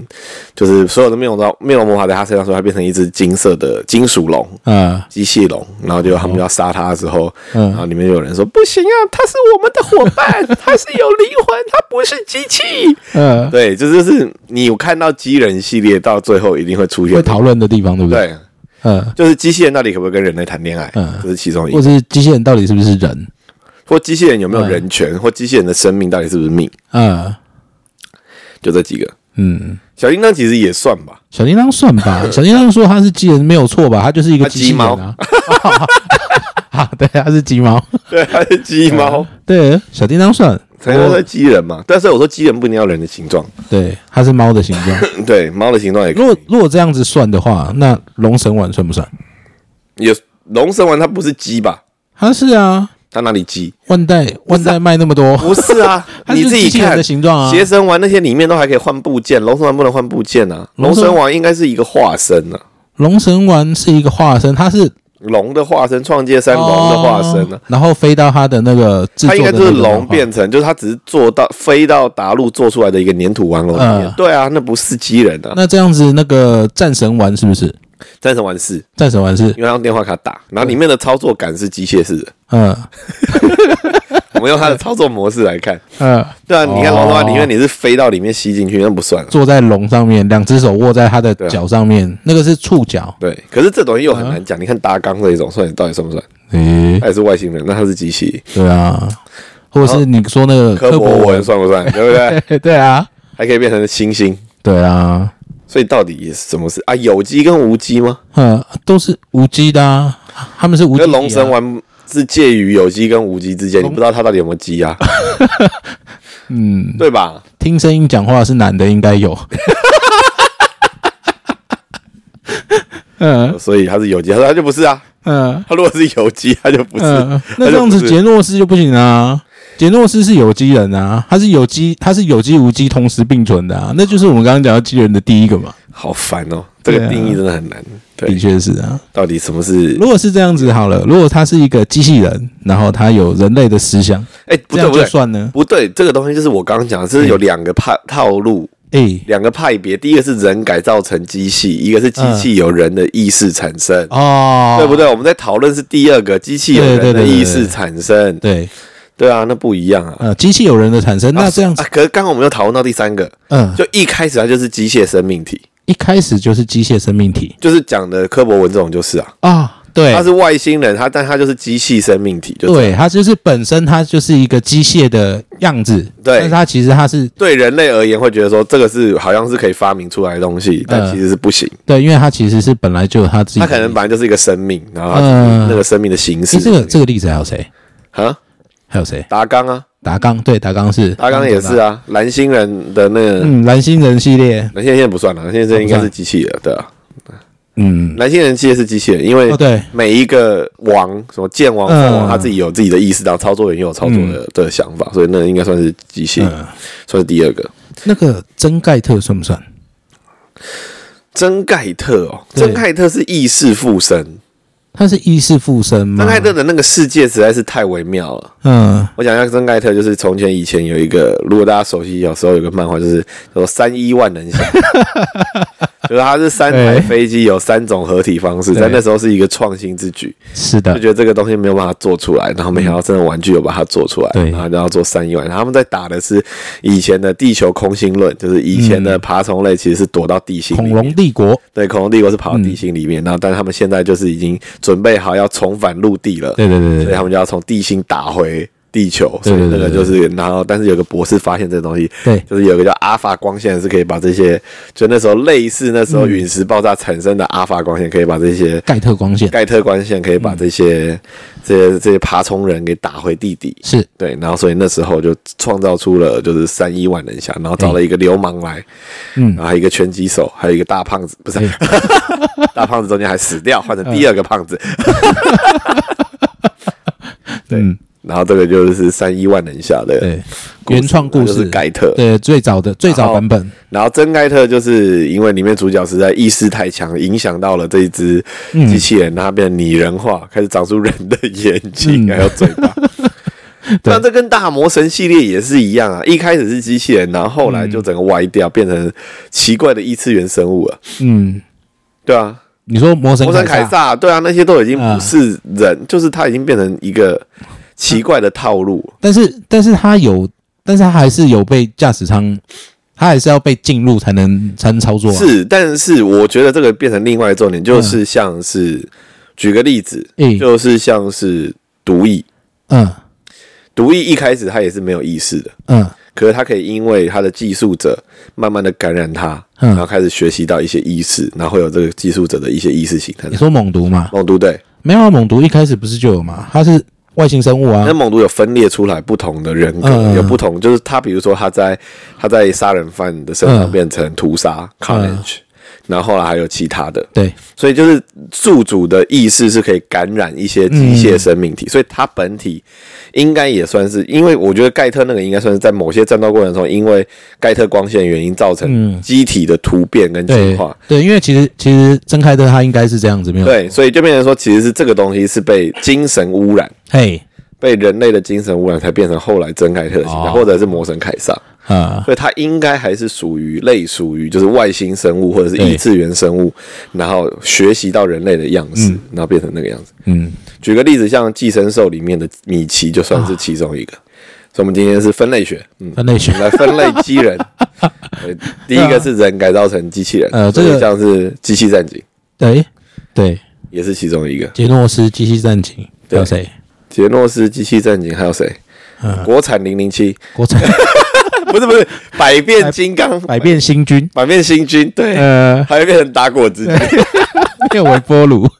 Speaker 1: 就是所有的灭龙刀、灭龙魔法在他身上，所以他变成一只金色的金属龙。
Speaker 2: 啊，
Speaker 1: 机器龙，然后就他们要杀他的时候，
Speaker 2: 嗯
Speaker 1: 然后里面就有人说不行啊，他是我们的伙伴，他是有灵魂，他不是机器。
Speaker 2: 呃，
Speaker 1: 对，这就是你有看到机人系列到最后一定会出现
Speaker 2: 会
Speaker 1: 的，
Speaker 2: 讨论的地方，对不对？
Speaker 1: 对，
Speaker 2: 呃，
Speaker 1: 就是机器人到底可不可以跟人类谈恋爱，
Speaker 2: 嗯
Speaker 1: 这是其中一
Speaker 2: 或
Speaker 1: 个，
Speaker 2: 者是机器人到底是不是人？
Speaker 1: 或机器人有没有人
Speaker 2: 嗯
Speaker 1: 权，或机器人的生命到底是不是命，
Speaker 2: 啊，
Speaker 1: 就这几个。
Speaker 2: 嗯，
Speaker 1: 小叮当其实也算吧，
Speaker 2: 小叮当算
Speaker 1: *laughs*
Speaker 2: 吧，小叮当说他是机器人没有错吧？他就是一个
Speaker 1: 他
Speaker 2: 机器
Speaker 1: 鸡
Speaker 2: 人
Speaker 1: 猫
Speaker 2: 啊。 *laughs* 啊，对，他是鸡毛，
Speaker 1: 对，它是鸡
Speaker 2: 嗯
Speaker 1: 猫，
Speaker 2: 对，小叮当算，
Speaker 1: 才能说机人嘛。但是我说机人不一定要人的形
Speaker 2: *laughs*
Speaker 1: 状，
Speaker 2: 对，它是猫的形
Speaker 1: *laughs*
Speaker 2: 状。
Speaker 1: 对，猫的形状也可
Speaker 2: 如
Speaker 1: 以。
Speaker 2: 果如果这样子算的话，那龙神丸算不算？
Speaker 1: 也龙神丸它不是鸡吧？
Speaker 2: 它是啊，
Speaker 1: 它哪里鸡？
Speaker 2: 万代万代卖那么多，，
Speaker 1: 啊不是啊
Speaker 2: 它就
Speaker 1: *laughs* 你
Speaker 2: 是
Speaker 1: 自己
Speaker 2: 机器人
Speaker 1: 看
Speaker 2: 的形状啊
Speaker 1: 邪神丸那些里面都还可以换部件，龙神丸不能换部件啊。龙神丸应该是一个化身啊，
Speaker 2: 龙神丸是一个化身，它是
Speaker 1: 龙的化身，创界三龙的化身
Speaker 2: 哦
Speaker 1: 啊。
Speaker 2: 然后飞到它的那个制
Speaker 1: 它应
Speaker 2: 作的
Speaker 1: 该就
Speaker 2: 那个
Speaker 1: 是
Speaker 2: 漫
Speaker 1: 龙
Speaker 2: 画
Speaker 1: 变成，就是它只是做到飞到达陆做出来的一个粘土玩偶里面
Speaker 2: 嗯。
Speaker 1: 对啊，那不是机人啊，
Speaker 2: 那这样子，那个战神丸是不是？
Speaker 1: 战神丸是，
Speaker 2: 战神丸是，
Speaker 1: 因为它用电话卡打，然后里面的操作感是机械式
Speaker 2: *laughs*
Speaker 1: 的。
Speaker 2: 嗯
Speaker 1: 我们用它的操作模式来看，
Speaker 2: 嗯，
Speaker 1: 对啊，你看
Speaker 2: 哦
Speaker 1: 龙神丸里面你是飞到里面吸进去，那不算啊。
Speaker 2: 坐在龙上面，两只手握在它的
Speaker 1: 对啊
Speaker 2: 脚上面，那个是触角。
Speaker 1: 对，可是这东西又很难
Speaker 2: 嗯
Speaker 1: 讲。你看达纲这一种，算到底算不算？
Speaker 2: 诶、
Speaker 1: 它也是外星人，那它是机器。
Speaker 2: 对啊，或者是你说那个
Speaker 1: 哦科博
Speaker 2: 博
Speaker 1: 文算
Speaker 2: *laughs*
Speaker 1: 不算？对不对？
Speaker 2: 文，对啊，
Speaker 1: 还可以变成星星，
Speaker 2: 对啊，
Speaker 1: 所以到底是什么事啊？有机跟无机吗？
Speaker 2: 嗯，都是无机的啊，他们是
Speaker 1: 因
Speaker 2: 无机、
Speaker 1: 为
Speaker 2: 啊。
Speaker 1: 龙神丸是介于有机跟无机之间，你不知道它到底有没有机
Speaker 2: *laughs*
Speaker 1: 啊？嗯，对吧？
Speaker 2: 听声音讲话是男的，应该有。 *laughs* 嗯
Speaker 1: 所以它是有机，它就不是啊。
Speaker 2: 嗯
Speaker 1: 它如果是有机，它就不是。
Speaker 2: 嗯，
Speaker 1: 它
Speaker 2: 那这
Speaker 1: 就
Speaker 2: 样
Speaker 1: 不
Speaker 2: 子
Speaker 1: 是
Speaker 2: 杰诺斯就不行啊。杰诺斯是有机人啊，他是有机，他是有机无机同时并存的啊，那就是我们刚刚讲到机人的第一个嘛，
Speaker 1: 好烦哦，这个
Speaker 2: 对啊
Speaker 1: 定义真的很难。
Speaker 2: 的
Speaker 1: 对，
Speaker 2: 确是啊。
Speaker 1: 到底什么是
Speaker 2: 如？果是这样子好了，如果他是一个机器人，然后他有人类的思想，
Speaker 1: 哎，不对
Speaker 2: 这样
Speaker 1: 不
Speaker 2: 就
Speaker 1: 对。
Speaker 2: 算嗯呢？
Speaker 1: 不对，这个东西就是我刚刚讲的，这是有两个派套路，
Speaker 2: 哎、
Speaker 1: 两个派别。第一个是人改造成机器，一个是机器有人的意识产生。
Speaker 2: 嗯哦，
Speaker 1: 对不？对？我们在讨论是第二个机器有
Speaker 2: 对对
Speaker 1: 人
Speaker 2: 对
Speaker 1: 的
Speaker 2: 对
Speaker 1: 意
Speaker 2: 对
Speaker 1: 识产生，
Speaker 2: 对，
Speaker 1: 对啊，那不一样啊。
Speaker 2: 呃，机器有人的产生，那这样子
Speaker 1: 啊，，可是刚刚我们又讨论到第三个，
Speaker 2: 嗯、
Speaker 1: 就一开始它就是机械生命体，
Speaker 2: 一开始就是机械生命体
Speaker 1: 就是讲的科博文这种就是啊，
Speaker 2: 啊、对，
Speaker 1: 他是外星人，他但他就是机器生命体，就
Speaker 2: 对，
Speaker 1: 是
Speaker 2: 它就是本身它就是一个机械的样子，
Speaker 1: 对
Speaker 2: 但是它其实它是
Speaker 1: 对人类而言会觉得说这个是好像是可以发明出来的东西，但
Speaker 2: 嗯
Speaker 1: 其实是不行，
Speaker 2: 对，因为它其实是本来就有它自己的。
Speaker 1: 它可能本来就是一个生命，然后它
Speaker 2: 嗯
Speaker 1: 那个生命的形式
Speaker 2: 诶，这个这个例子还有谁？
Speaker 1: 啊，
Speaker 2: 还有谁？
Speaker 1: 达纲啊，
Speaker 2: 达纲对，达纲是
Speaker 1: 达纲也是
Speaker 2: 啊，
Speaker 1: 啊，蓝星人的那个。
Speaker 2: 嗯，蓝星人系列，
Speaker 1: 蓝星人现在不算了，蓝星人应该是机器人，对啊。
Speaker 2: 嗯，
Speaker 1: 蓝星人其实是机器人，因为
Speaker 2: 哦对，
Speaker 1: 每一个王，什么剑王、
Speaker 2: 嗯
Speaker 1: 凤王，他自己有自己的意识，然后操作人也有操作的的想法，所以那应该算是机器，
Speaker 2: 嗯
Speaker 1: 算是第二个。
Speaker 2: 那个真盖特算不算？
Speaker 1: 真盖特哦，
Speaker 2: 对嗯
Speaker 1: 真盖特是意识附身，
Speaker 2: 它是意识附身吗
Speaker 1: 真？盖特的那个世界实在是太微妙了。
Speaker 2: 嗯，
Speaker 1: 我讲一下真盖特，就是从前以前有一个，如果大家熟悉，小时候有个漫画，就是叫做“三一万能侠”， *laughs* 就是它是三台
Speaker 2: 对
Speaker 1: 飞机有三种合体方式，
Speaker 2: 对
Speaker 1: 在那时候是一个创新之举。
Speaker 2: 是
Speaker 1: 就
Speaker 2: 的，
Speaker 1: 觉得这个东西没有办法做出来，然后没想到真的玩具有把它做出来，
Speaker 2: 对
Speaker 1: 然后就要做三亿万。然后他们在打的是以前的地球空心论，就是以前的爬虫类其实是躲到地心里
Speaker 2: 恐
Speaker 1: 面，
Speaker 2: 龙帝国，
Speaker 1: 对恐龙帝国是跑到地心里面，然后但他们现在就是已经准备好要重返陆地了，
Speaker 2: 对对对
Speaker 1: 所以
Speaker 2: 对
Speaker 1: 他们就要从地心打回地球，
Speaker 2: 对
Speaker 1: 所以那
Speaker 2: 对
Speaker 1: 个
Speaker 2: 对对
Speaker 1: 就是，然后但是有个博士发现这东西，
Speaker 2: 对
Speaker 1: 就是有一个叫阿法光线是可以把这些，就那时候类似那
Speaker 2: 嗯
Speaker 1: 时候陨石爆炸产生的阿法光线，可以把这些
Speaker 2: 盖特光线
Speaker 1: 盖特光线可以
Speaker 2: 嗯
Speaker 1: 把这些、这些这些爬虫人给打回地底。
Speaker 2: 是
Speaker 1: 对，然后所以那时候就创造出了就是三亿万人侠，然后找了一个流氓来，
Speaker 2: 嗯
Speaker 1: 然后还有一个拳击手，还有一个大胖子，不是、 *laughs* 大胖子中间还死掉，
Speaker 2: 嗯
Speaker 1: 换成第二个胖子，对，
Speaker 2: 嗯
Speaker 1: 然后这个就是三亿万人侠的
Speaker 2: 对
Speaker 1: 故事
Speaker 2: 原创故
Speaker 1: 那就
Speaker 2: 事
Speaker 1: 是盖特，
Speaker 2: 对最早的最早版本
Speaker 1: 然后真盖特就是因为里面主角实在意识太强，影响到了这一只机器人，让它变得拟人化，开始长出人的眼睛、还有嘴巴。那这跟大魔神系列也是一样啊，一开始是机器人，然后后来就整个歪掉，变成奇怪的异次元生物了，
Speaker 2: 嗯
Speaker 1: 对啊，
Speaker 2: 你说魔神
Speaker 1: 魔神凯
Speaker 2: 撒
Speaker 1: 撒，对啊，那些都已经不是人，就是他已经变成一个奇怪的套路。
Speaker 2: 但是但是他有但是他还是有被驾驶舱他还是要被进入才能才能操作啊
Speaker 1: 是，但是我觉得这个变成另外一个重点，就是像是、举个例子，
Speaker 2: 诶
Speaker 1: 就是像是毒液，
Speaker 2: 嗯
Speaker 1: 毒液一开始它也是没有意识的，
Speaker 2: 嗯
Speaker 1: 可是它可以因为它的寄宿者慢慢的感染它，
Speaker 2: 嗯
Speaker 1: 然后开始学习到一些意识，然后会有这个寄宿者的一些意识形态
Speaker 2: 你。说猛毒嘛
Speaker 1: 猛毒对，
Speaker 2: 没有啊猛毒一开始不是就有嘛它是外星生物啊
Speaker 1: 那猛毒有分裂出来不同的人格，
Speaker 2: 嗯
Speaker 1: 有不同，就是他比如说他在他在杀人犯的身上
Speaker 2: 嗯
Speaker 1: 变成屠杀、carnage，然后后来还有其他的，
Speaker 2: 对
Speaker 1: 所以就是宿主的意识是可以感染一些机械生命体，所以它本体应该也算是，因为我觉得盖特那个应该算是在某些战斗过程中，因为盖特光线原因造成
Speaker 2: 嗯
Speaker 1: 机体的突变跟进
Speaker 2: 对
Speaker 1: 化，
Speaker 2: 对因为其实其实真开特他应该是这样子没有
Speaker 1: 对，所以就变成说，其实是这个东西是被精神污染，
Speaker 2: 嘿
Speaker 1: 被人类的精神污染，才变成后来真盖特的形态，
Speaker 2: 哦
Speaker 1: 或者是魔神凯撒，
Speaker 2: 啊
Speaker 1: 所以它应该还是属于类属于就是外星生物或者是
Speaker 2: 对
Speaker 1: 异次元生物，然后学习到人类的样式，然后变成那个样子。
Speaker 2: 嗯
Speaker 1: 举个例子，像《寄生兽》里面的米奇就算
Speaker 2: 啊
Speaker 1: 是其中一个。所以，我们今天是分类学，嗯，
Speaker 2: 分类
Speaker 1: 我
Speaker 2: 学
Speaker 1: 们来分类机人。对第一个是人改造成机器人，
Speaker 2: 啊呃
Speaker 1: 所以
Speaker 2: 这个
Speaker 1: 像是《机器战警》
Speaker 2: *laughs* 对对
Speaker 1: 也是其中一个。
Speaker 2: 杰诺斯机器战警还
Speaker 1: 对
Speaker 2: 有谁
Speaker 1: 杰诺斯《机器战警》还有谁？
Speaker 2: 嗯
Speaker 1: 国产零零七，
Speaker 2: 国
Speaker 1: *laughs*
Speaker 2: 产
Speaker 1: 不是不是，百变金刚，
Speaker 2: 百变星君
Speaker 1: 百变星君， *laughs* 对，
Speaker 2: 呃
Speaker 1: 还会变成打果汁机。
Speaker 2: 没有微波炉。 *laughs*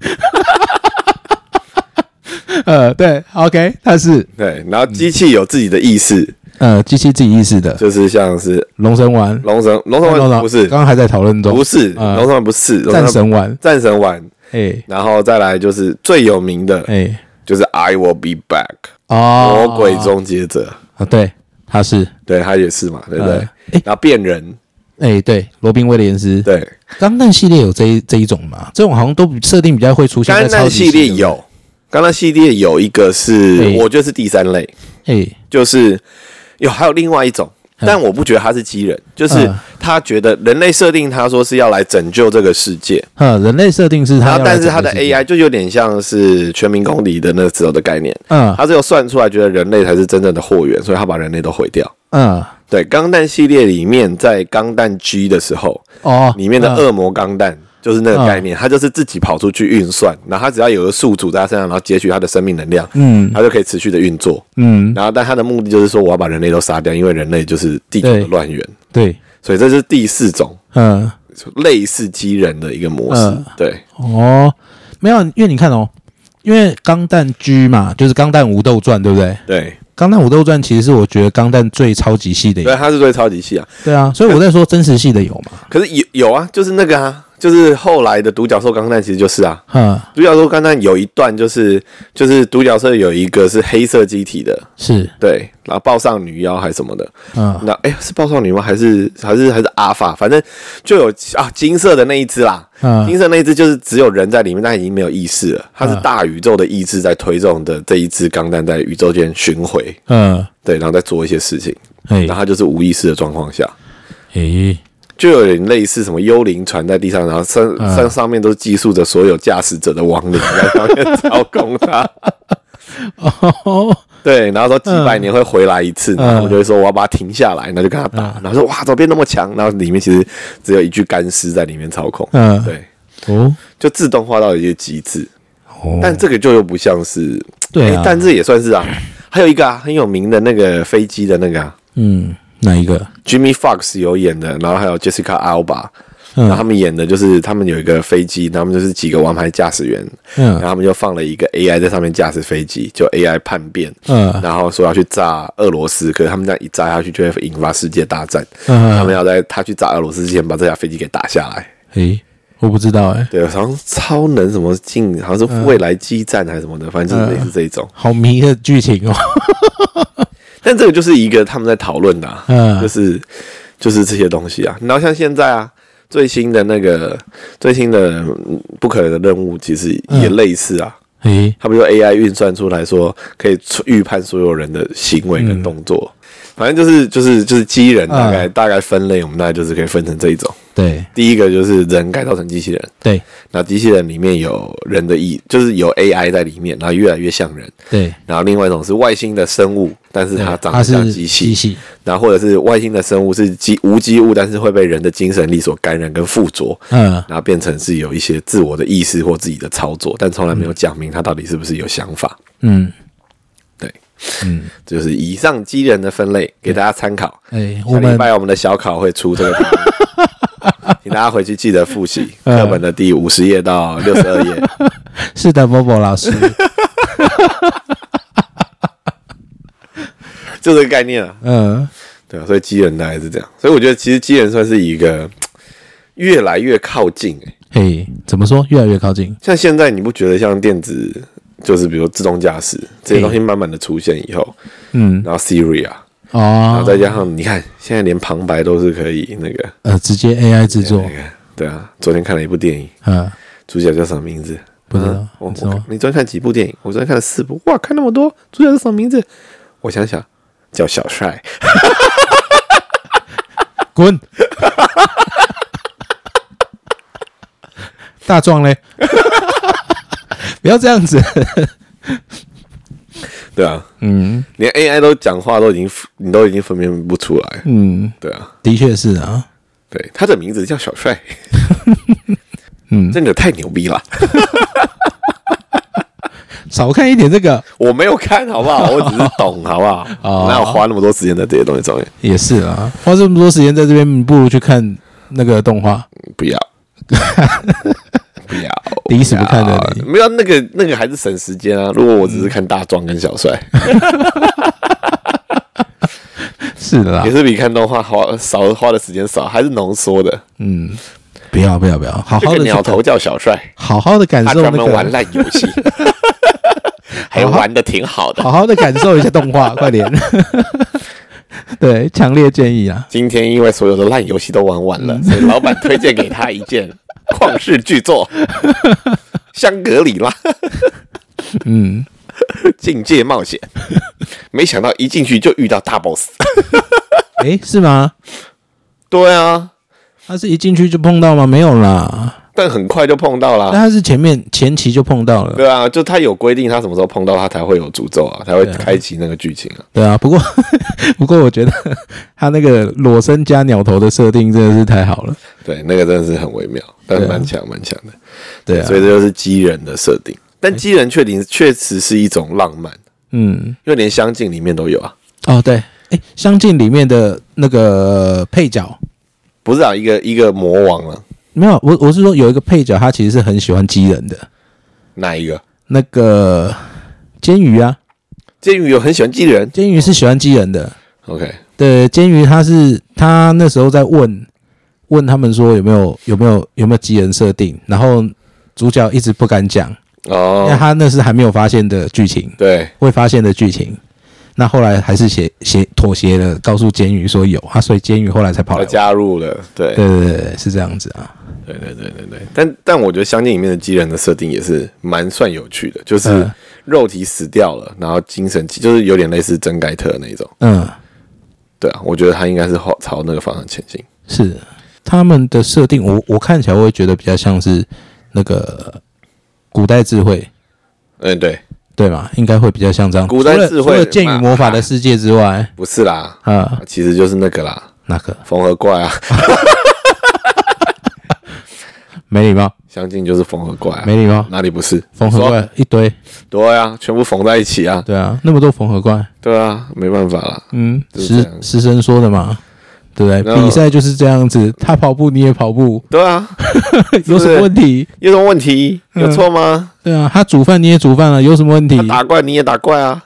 Speaker 2: 呃，对，OK，它是
Speaker 1: 对，然后机器有自己的意识，
Speaker 2: 呃机器自己意识的
Speaker 1: 就是像是
Speaker 2: 龙神丸，
Speaker 1: 龙神，龙神
Speaker 2: 龙
Speaker 1: 丸不是
Speaker 2: 刚，刚还在讨论中，
Speaker 1: 不是
Speaker 2: 呃
Speaker 1: 龙神丸不是，龙
Speaker 2: 战
Speaker 1: 丸
Speaker 2: 神丸，
Speaker 1: 战神丸
Speaker 2: 哎
Speaker 1: 然后再来就是最有名的，
Speaker 2: 哎
Speaker 1: 就是 I will be back，、
Speaker 2: 哦，
Speaker 1: 魔鬼终结者，
Speaker 2: 啊，对，他是
Speaker 1: 对他也是嘛，对不对？
Speaker 2: 呃诶
Speaker 1: 然后变人，
Speaker 2: 哎对，罗宾威廉斯，
Speaker 1: 对，
Speaker 2: 钢弹系列有这一这一种嘛？这种好像都比设定比较会出现在
Speaker 1: 钢
Speaker 2: 超
Speaker 1: 弹
Speaker 2: 级
Speaker 1: 系列
Speaker 2: 英雄，
Speaker 1: 有，钢弹系列有一个是
Speaker 2: 对
Speaker 1: 我觉得是第三类，
Speaker 2: 哎
Speaker 1: 就是有还有另外一种。但我不觉得他是机人，就是
Speaker 2: 嗯
Speaker 1: 他觉得人类设定他说是要来拯救这个世界，
Speaker 2: 呃，人类设定是
Speaker 1: 然
Speaker 2: 他
Speaker 1: 后
Speaker 2: 要来
Speaker 1: 但
Speaker 2: 拯救世界，
Speaker 1: 是他的 AI 就有点像是全民公敌的那时候的概念，
Speaker 2: 嗯
Speaker 1: 他只有算出来觉得人类才是真正的货源，所以他把人类都毁掉。
Speaker 2: 嗯
Speaker 1: 对，钢弹系列里面，在钢弹 G 的时候，
Speaker 2: 哦
Speaker 1: 里面的
Speaker 2: 嗯
Speaker 1: 恶魔钢弹就是那个概念，它就是自己跑出去运算，然后它只要有个宿主在它身上，然后截取它的生命能量，
Speaker 2: 嗯
Speaker 1: 它就可以持续的运作。
Speaker 2: 嗯
Speaker 1: 然后，但它的目的就是说，我要把人类都杀掉，因为人类就是地球的
Speaker 2: 对
Speaker 1: 乱源，
Speaker 2: 对
Speaker 1: 所以这是第四种
Speaker 2: 嗯。
Speaker 1: 类似机人的一个模式。
Speaker 2: 嗯
Speaker 1: 对，
Speaker 2: 哦，没有，因为你看哦，因为《钢弹 G》嘛，就是《钢弹武斗传》，对不对？《
Speaker 1: 对，
Speaker 2: 钢弹武斗传》其实是我觉得《钢弹》最超级系的
Speaker 1: 对，
Speaker 2: 有，
Speaker 1: 它是最超级系啊。
Speaker 2: 对啊，所以我在说真实系的有嘛，
Speaker 1: 可是有有啊，就是那个啊，就是后来的独角兽钢弹其实就是啊，
Speaker 2: 嗯，
Speaker 1: 独角兽钢弹有一段就是就是独角兽有一个是黑色机体的，
Speaker 2: 是，
Speaker 1: 对，然后抱上女妖还是什么的，
Speaker 2: 嗯
Speaker 1: 那哎、是抱上女妖吗还是还是还是阿法，反正就有啊金色的那一只啦。金
Speaker 2: 嗯
Speaker 1: 色那一只就是只有人在里面，但已经没有意识了。它是
Speaker 2: 嗯
Speaker 1: 大宇宙的意志在推动的这一只钢弹在宇宙间巡回，
Speaker 2: 嗯，
Speaker 1: 对，然后再做一些事情，
Speaker 2: 哎
Speaker 1: 然后它就是无意识的状况下。
Speaker 2: 哎，
Speaker 1: 就有点类似什么幽灵船在地上，然后上
Speaker 2: 嗯
Speaker 1: 上上面都寄宿着所有驾驶者的亡灵在上面 *laughs* 操控它。
Speaker 2: 哦，
Speaker 1: 对，然后说几百年会回来一次，
Speaker 2: 嗯
Speaker 1: 然后我就会说我要把它停下来，然后就跟他打，然后说哇怎么变那么强？然后里面其实只有一具干尸在里面操控，
Speaker 2: 嗯，
Speaker 1: 对，
Speaker 2: 哦，
Speaker 1: 就自动化到一个极致。
Speaker 2: 哦，
Speaker 1: 但这个就又不像是，
Speaker 2: 对
Speaker 1: 诶
Speaker 2: 啊
Speaker 1: 但这也算是啊，还有一个啊，很有名的那个飞机的那个、啊、
Speaker 2: 嗯，哪一个？
Speaker 1: Jimmy Fox 有演的，然后还有 Jessica Alba，、然后他
Speaker 2: 嗯
Speaker 1: 们演的就是他们有一个飞机，然后他们就是几个王牌驾驶员，然
Speaker 2: 嗯
Speaker 1: 后他们就放了一个 AI 在上面驾驶飞机，就 AI 叛变，
Speaker 2: 嗯
Speaker 1: 然后说要去炸俄罗斯，可是他们这样一炸下去就会引发世界大战，他
Speaker 2: 嗯，
Speaker 1: 们要在他去炸俄罗斯之前把这架飞机给打下来。
Speaker 2: 诶，我不知道欸诶，
Speaker 1: 对，好像超能什么进，好像是未来激战还是什么的，反
Speaker 2: 嗯
Speaker 1: 正就是类似这一种。
Speaker 2: 好迷的剧情哦。
Speaker 1: 但这个就是一个他们在讨论的、啊，
Speaker 2: 嗯
Speaker 1: 就是就是这些东西啊。然后像现在啊，最新的那个最新的嗯不可能的任务，其实也类似啊。
Speaker 2: 诶，
Speaker 1: 他们用 AI 运算出来说，可以预判所有人的行为跟动作。反正就是就是就是机器人大概、大概分类，我们大概就是可以分成这一种。
Speaker 2: 对
Speaker 1: 第一个就是人改造成机器人，
Speaker 2: 对
Speaker 1: 那机器人里面有人的意，就是有 AI 在里面，然后越来越像人。
Speaker 2: 对，
Speaker 1: 然后另外一种是外星的生物，但是啊它长得
Speaker 2: 它
Speaker 1: 像
Speaker 2: 是
Speaker 1: 机器，
Speaker 2: 机器，
Speaker 1: 然后或者是外星的生物是机无机物，但是会被人的精神力所感染跟附着，
Speaker 2: 嗯
Speaker 1: 然后变成是有一些自我的意识或自己的操作，但从来没有讲明它到底是不是有想法。
Speaker 2: 嗯
Speaker 1: 对，
Speaker 2: 嗯，
Speaker 1: 就是以上机人的分类给大家参考。
Speaker 2: 诶，
Speaker 1: 下
Speaker 2: 哎我
Speaker 1: 礼
Speaker 2: 们
Speaker 1: 拜我们的小考会出这个题
Speaker 2: *laughs*
Speaker 1: 目，请大家回去记得复习
Speaker 2: 嗯
Speaker 1: 课本的第五十页到六十二页。 *laughs*
Speaker 2: 是的，Bobo 老师，
Speaker 1: 就这个概念啊，
Speaker 2: 嗯
Speaker 1: 对啊，所以机人大概是这样，所以我觉得其实机人算是一个越来越靠近、欸，
Speaker 2: 诶，怎么说？越来越靠近。
Speaker 1: 像现在你不觉得像电子，就是比如自动驾驶这些东西慢慢的出现以后，
Speaker 2: 嗯
Speaker 1: 然后 Siri 啊，然后
Speaker 2: 哦，
Speaker 1: 再加上你看现在连旁白都是可以那个
Speaker 2: 呃，直接 AI 制作
Speaker 1: 那，个，对啊，昨天看了一部电影，
Speaker 2: 嗯，
Speaker 1: 主角叫什么名字？
Speaker 2: 不知道
Speaker 1: 嗯，我
Speaker 2: 你知道
Speaker 1: 我
Speaker 2: 吗？
Speaker 1: 你昨天看几部电影？我昨天看了四部，哇，看那么多，主角叫什么名字？我想想，叫小帅。 *laughs*
Speaker 2: *laughs* 滚！大壮嘞，不要这样子。
Speaker 1: 对啊，
Speaker 2: 嗯
Speaker 1: 连 AI 都讲话都已经你都已经分辨不出来，
Speaker 2: 嗯，
Speaker 1: 对啊，
Speaker 2: 的确是啊。
Speaker 1: 对，他的名字叫小帅，
Speaker 2: *laughs* 嗯，
Speaker 1: 真的太牛逼了，
Speaker 2: 少看一点这个
Speaker 1: 我没有看好不
Speaker 2: *laughs*
Speaker 1: 好？我只是懂好不好？
Speaker 2: 哦
Speaker 1: 哪有花那么多时间在这些东西上面？
Speaker 2: 也是啊，花这么多时间在这边，你不如去看那个动画。
Speaker 1: 不
Speaker 2: *laughs*
Speaker 1: 要，不要，
Speaker 2: 你死不看的
Speaker 1: 不要
Speaker 2: 你
Speaker 1: 没有那个那个还是省时间啊。如果我只是看大壮跟小帅，
Speaker 2: 是的啦
Speaker 1: 也，是比看动画花少花的时间少，还是浓缩的。
Speaker 2: 嗯，不要不要不要，好
Speaker 1: 这
Speaker 2: 好
Speaker 1: 个
Speaker 2: 的
Speaker 1: 鸟头叫小帅，
Speaker 2: 好好的感
Speaker 1: 他
Speaker 2: 受那
Speaker 1: 专门玩
Speaker 2: 个，
Speaker 1: 烂游
Speaker 2: *laughs*
Speaker 1: 戏，还玩的挺好的。
Speaker 2: 好好的感受一下动画，快 *laughs* 点。对，强烈建议啊。
Speaker 1: 今天因为所有的烂游戏都玩完
Speaker 2: 嗯
Speaker 1: 了，所以老板推荐给他一件旷世巨
Speaker 2: *laughs*
Speaker 1: 作《香格里拉》
Speaker 2: 嗯，
Speaker 1: 境界冒险。没想到一进去就遇到大 boss。
Speaker 2: 诶，是吗？
Speaker 1: 对啊，
Speaker 2: 他是一进去就碰到吗？没有啦，
Speaker 1: 但很快就碰到
Speaker 2: 那
Speaker 1: 啦。
Speaker 2: 他是前面前期就碰到了，
Speaker 1: 对啊，就他有规定，他什么时候碰到他才会有诅咒啊，才会开启那个剧情啊。
Speaker 2: 对啊。不过 *laughs* 不过，我觉得 *laughs* 他那个裸身加鸟头的设定真的是太好了，
Speaker 1: 对，那个真的是很微妙，但
Speaker 2: 对啊
Speaker 1: 蛮强蛮强的。
Speaker 2: 对啊
Speaker 1: 所，以这就是机人的设定。但机人确定确实是一种浪漫，
Speaker 2: 嗯，
Speaker 1: 因为连相近里面都有啊。
Speaker 2: 哦对，哎，相近里面的那个配角
Speaker 1: 不是啊，一个一个魔王啊，
Speaker 2: 没有，我我是说有一个配角，他其实是很喜欢鸡人的，
Speaker 1: 哪一个？
Speaker 2: 那个煎鱼啊，
Speaker 1: 监狱有很喜欢机人。
Speaker 2: 煎鱼是喜欢鸡人的，
Speaker 1: OK，
Speaker 2: 对，煎鱼他是他那时候在问问他们说有没有有没有有没有机人设定，然后主角一直不敢讲，因为
Speaker 1: 哦，
Speaker 2: 他那是还没有发现的剧情，
Speaker 1: 对，
Speaker 2: 未发现的剧情。那后来还是协协妥协了，告诉监狱说有啊，所以监狱后来才跑
Speaker 1: 他
Speaker 2: 来。
Speaker 1: 加入了，对，
Speaker 2: 对对对对，是这样子啊。
Speaker 1: 对对对对对。但但我觉得《相见》里面的机人的设定也是蛮算有趣的，就是
Speaker 2: 嗯
Speaker 1: 肉体死掉了，然后精神就是有点类似真盖特那一种。
Speaker 2: 嗯，
Speaker 1: 对啊，我觉得他应该是朝朝那个方向前进。
Speaker 2: 是他们的设定，我我看起来我会觉得比较像是那个古代智慧，
Speaker 1: 嗯，对，
Speaker 2: 对吧？应该会比较像这样。
Speaker 1: 古代
Speaker 2: 除了
Speaker 1: 智慧
Speaker 2: 除了剑与魔法
Speaker 1: 嘛
Speaker 2: 的世界之外，
Speaker 1: 不是啦，
Speaker 2: 啊，
Speaker 1: 其实就是那个啦，
Speaker 2: 那个
Speaker 1: 缝合怪啊，
Speaker 2: 没礼貌。
Speaker 1: 相近就是缝合怪、啊，
Speaker 2: 没礼貌，
Speaker 1: 哪里不是
Speaker 2: 缝合？
Speaker 1: 说啊
Speaker 2: 怪一堆，
Speaker 1: 对啊，全部缝在一起啊，
Speaker 2: 对啊，那么多缝合怪，
Speaker 1: 对啊，没办法啦。
Speaker 2: 嗯，
Speaker 1: 就是这
Speaker 2: 师
Speaker 1: 样
Speaker 2: 师生说的嘛，对不
Speaker 1: 然
Speaker 2: 对？
Speaker 1: 后
Speaker 2: 比赛就是这样子，他跑步你也跑步，
Speaker 1: 对啊，
Speaker 2: 有什么问题？
Speaker 1: 有什么问题？
Speaker 2: 嗯
Speaker 1: 有错吗？
Speaker 2: 对啊，他煮饭你也煮饭了，有什么问题
Speaker 1: 他？打怪你也打怪啊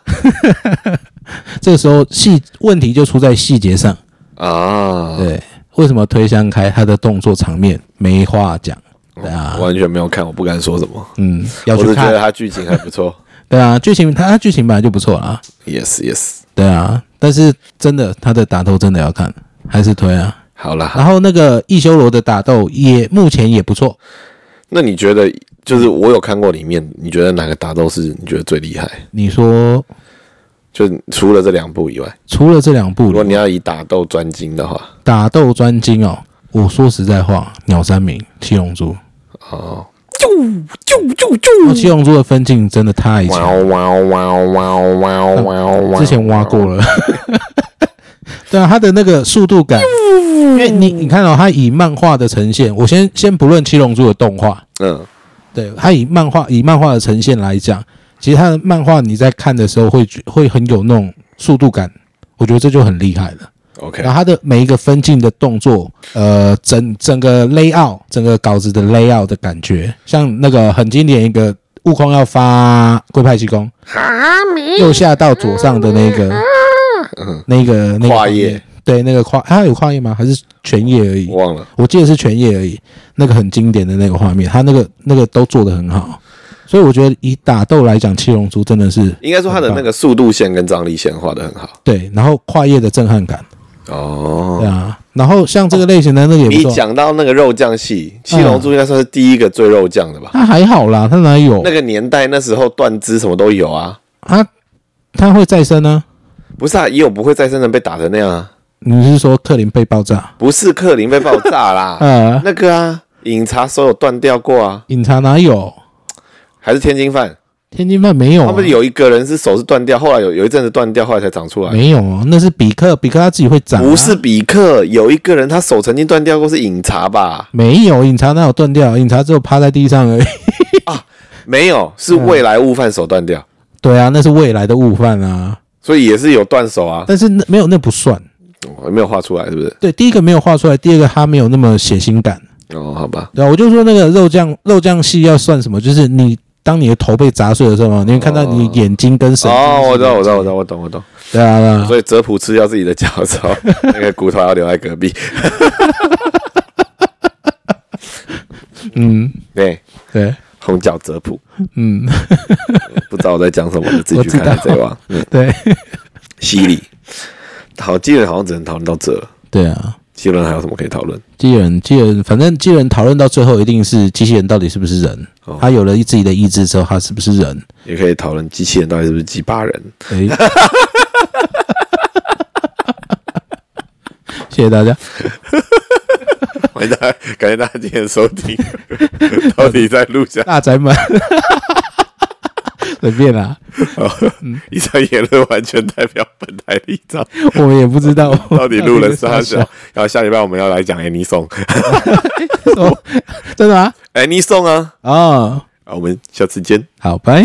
Speaker 2: 这个时候细问题就出在细节上，
Speaker 1: 啊！
Speaker 2: 对，为什么推箱开他的动作场面没话讲？对啊
Speaker 1: 我，完全没有看，我不敢说什么。
Speaker 2: 嗯，要
Speaker 1: 哦我
Speaker 2: 去
Speaker 1: 是觉
Speaker 2: 看
Speaker 1: 得，他剧情还不错。
Speaker 2: 对啊，剧情他他剧情本来就不错啦，
Speaker 1: yes yes，
Speaker 2: 对啊，但是真的他的打斗真的要看，还是推啊。
Speaker 1: 好啦，
Speaker 2: 然后那个异修罗的打斗也目前也不错，
Speaker 1: 那你觉得就是我有看过里面，你觉得哪个打斗是你觉得最厉害？
Speaker 2: 你说
Speaker 1: 就是除了这两部以外，
Speaker 2: 除了这两部
Speaker 1: 如，果你要以打斗专精的话，
Speaker 2: 打斗专精哦。我说实在话，鸟山明、七龙珠，
Speaker 1: 哦，
Speaker 2: 哦七龙珠的分镜真的太强
Speaker 1: 哇
Speaker 2: 了，
Speaker 1: 哦哇哦哇哦哇哦哇哦哇哦哇哦！
Speaker 2: 之前挖过了。 *laughs* 对啊，他的那个速度感，因为你你看到、哦、他以漫画的呈现，我先先不论七龙珠的动画，
Speaker 1: 嗯，
Speaker 2: 对他以漫画以漫画的呈现来讲，其实他的漫画你在看的时候会觉会很有那种速度感，我觉得这就很厉害了。
Speaker 1: OK，
Speaker 2: 然后它的每一个分镜的动作，呃，整整个 layout，整个稿子的 layout 的感觉，像那个很经典一个悟空要发龟派气功，右下到左上的那个，那个那个
Speaker 1: 嗯跨
Speaker 2: 画
Speaker 1: 页
Speaker 2: 面，对，那个跨，它有跨页吗？还是全页而已
Speaker 1: 我？忘了。
Speaker 2: 我记得是全页而已，那个很经典的那个画面，它那个那个都做得很好，所以我觉得以打斗来讲，七龙珠真的是
Speaker 1: 应该说他的那个速度线跟张力线画的很好
Speaker 2: 对，然后跨页的震撼感，对
Speaker 1: 哦。
Speaker 2: 啊，然后像这个类型的那个也不
Speaker 1: 你
Speaker 2: 错。
Speaker 1: 讲到那个肉酱戏，《七龙珠》应该算是第一个最肉酱的吧？
Speaker 2: 他还好啦，他哪有
Speaker 1: 那？个年代那时候断肢什么都有啊，
Speaker 2: 他他会再生呢、
Speaker 1: 不是啊，也有不会再生能被打成那样啊，
Speaker 2: 你是说克林被爆炸？
Speaker 1: 不是克林被爆炸啦，
Speaker 2: *laughs* 呃，
Speaker 1: 那个啊，饮茶手有断掉过啊，
Speaker 2: 警察哪有？
Speaker 1: 还是天津饭，
Speaker 2: 天津饭没有、
Speaker 1: 他
Speaker 2: 啊
Speaker 1: 们，有一个人是手是断掉，后来有有一阵子断掉，后来才长出来。
Speaker 2: 没有哦，那是比克，比克他自己会长、啊。
Speaker 1: 不是，比克，有一个人他手曾经断掉过，是饮茶吧？
Speaker 2: 没有，警察哪有断掉？警察只有趴在地上而已。 *laughs*
Speaker 1: 没有，是未来悟饭手断掉，
Speaker 2: 对啊，那是未来的悟饭啊，
Speaker 1: 所以也是有断手啊，
Speaker 2: 但是那没有那不算。
Speaker 1: 哦没有画出来，是不是？
Speaker 2: 对，第一个没有画出来，第二个他没有那么血腥感。
Speaker 1: 哦，好吧，
Speaker 2: 对啊，我就说那个肉酱肉酱戏要算什么？就是你当你的头被砸碎的时候嘛，你会看到你
Speaker 1: 哦
Speaker 2: 眼睛跟神经。
Speaker 1: 哦，我知道，我知道，我知道，我懂，我懂。
Speaker 2: 对啊，对啊
Speaker 1: 所以泽普吃掉自己的脚之
Speaker 2: *laughs*
Speaker 1: 后，那个骨头要留在隔壁。
Speaker 2: 嗯，
Speaker 1: 对，
Speaker 2: 对，
Speaker 1: 红脚泽普，
Speaker 2: 嗯，
Speaker 1: *laughs* 不知道我在讲什么，你自己去看
Speaker 2: 我
Speaker 1: 看
Speaker 2: 知道
Speaker 1: 这网。嗯，
Speaker 2: 对，
Speaker 1: 犀利。好，基本好像只能讨论到这了。
Speaker 2: 对啊，
Speaker 1: 基本还有什么可以讨论？
Speaker 2: 机器人，机器人，反正机器人讨论到最后，一定是机器人到底是不是人
Speaker 1: 哦。
Speaker 2: 他有了自己的意志之后，他是不是人？
Speaker 1: 也可以讨论机器人到底是不是鸡巴
Speaker 2: *laughs*
Speaker 1: 人。
Speaker 2: 哎，谢谢大家。
Speaker 1: 欢迎大家，感谢大家今天的收
Speaker 2: *laughs*
Speaker 1: 听。到底在录下？
Speaker 2: 大宅门， *laughs* 随便啦，
Speaker 1: 以上言论完全代表本台立场。
Speaker 2: *laughs* 我们也不知道
Speaker 1: 到底录了
Speaker 2: 到
Speaker 1: 啥
Speaker 2: *laughs* 底是
Speaker 1: 小？然后下礼拜我们要来讲 Any *laughs* Song，Any
Speaker 2: 哦真的吗？
Speaker 1: Song 啊！
Speaker 2: 哦，
Speaker 1: 好，我们下次见。
Speaker 2: 好，拜。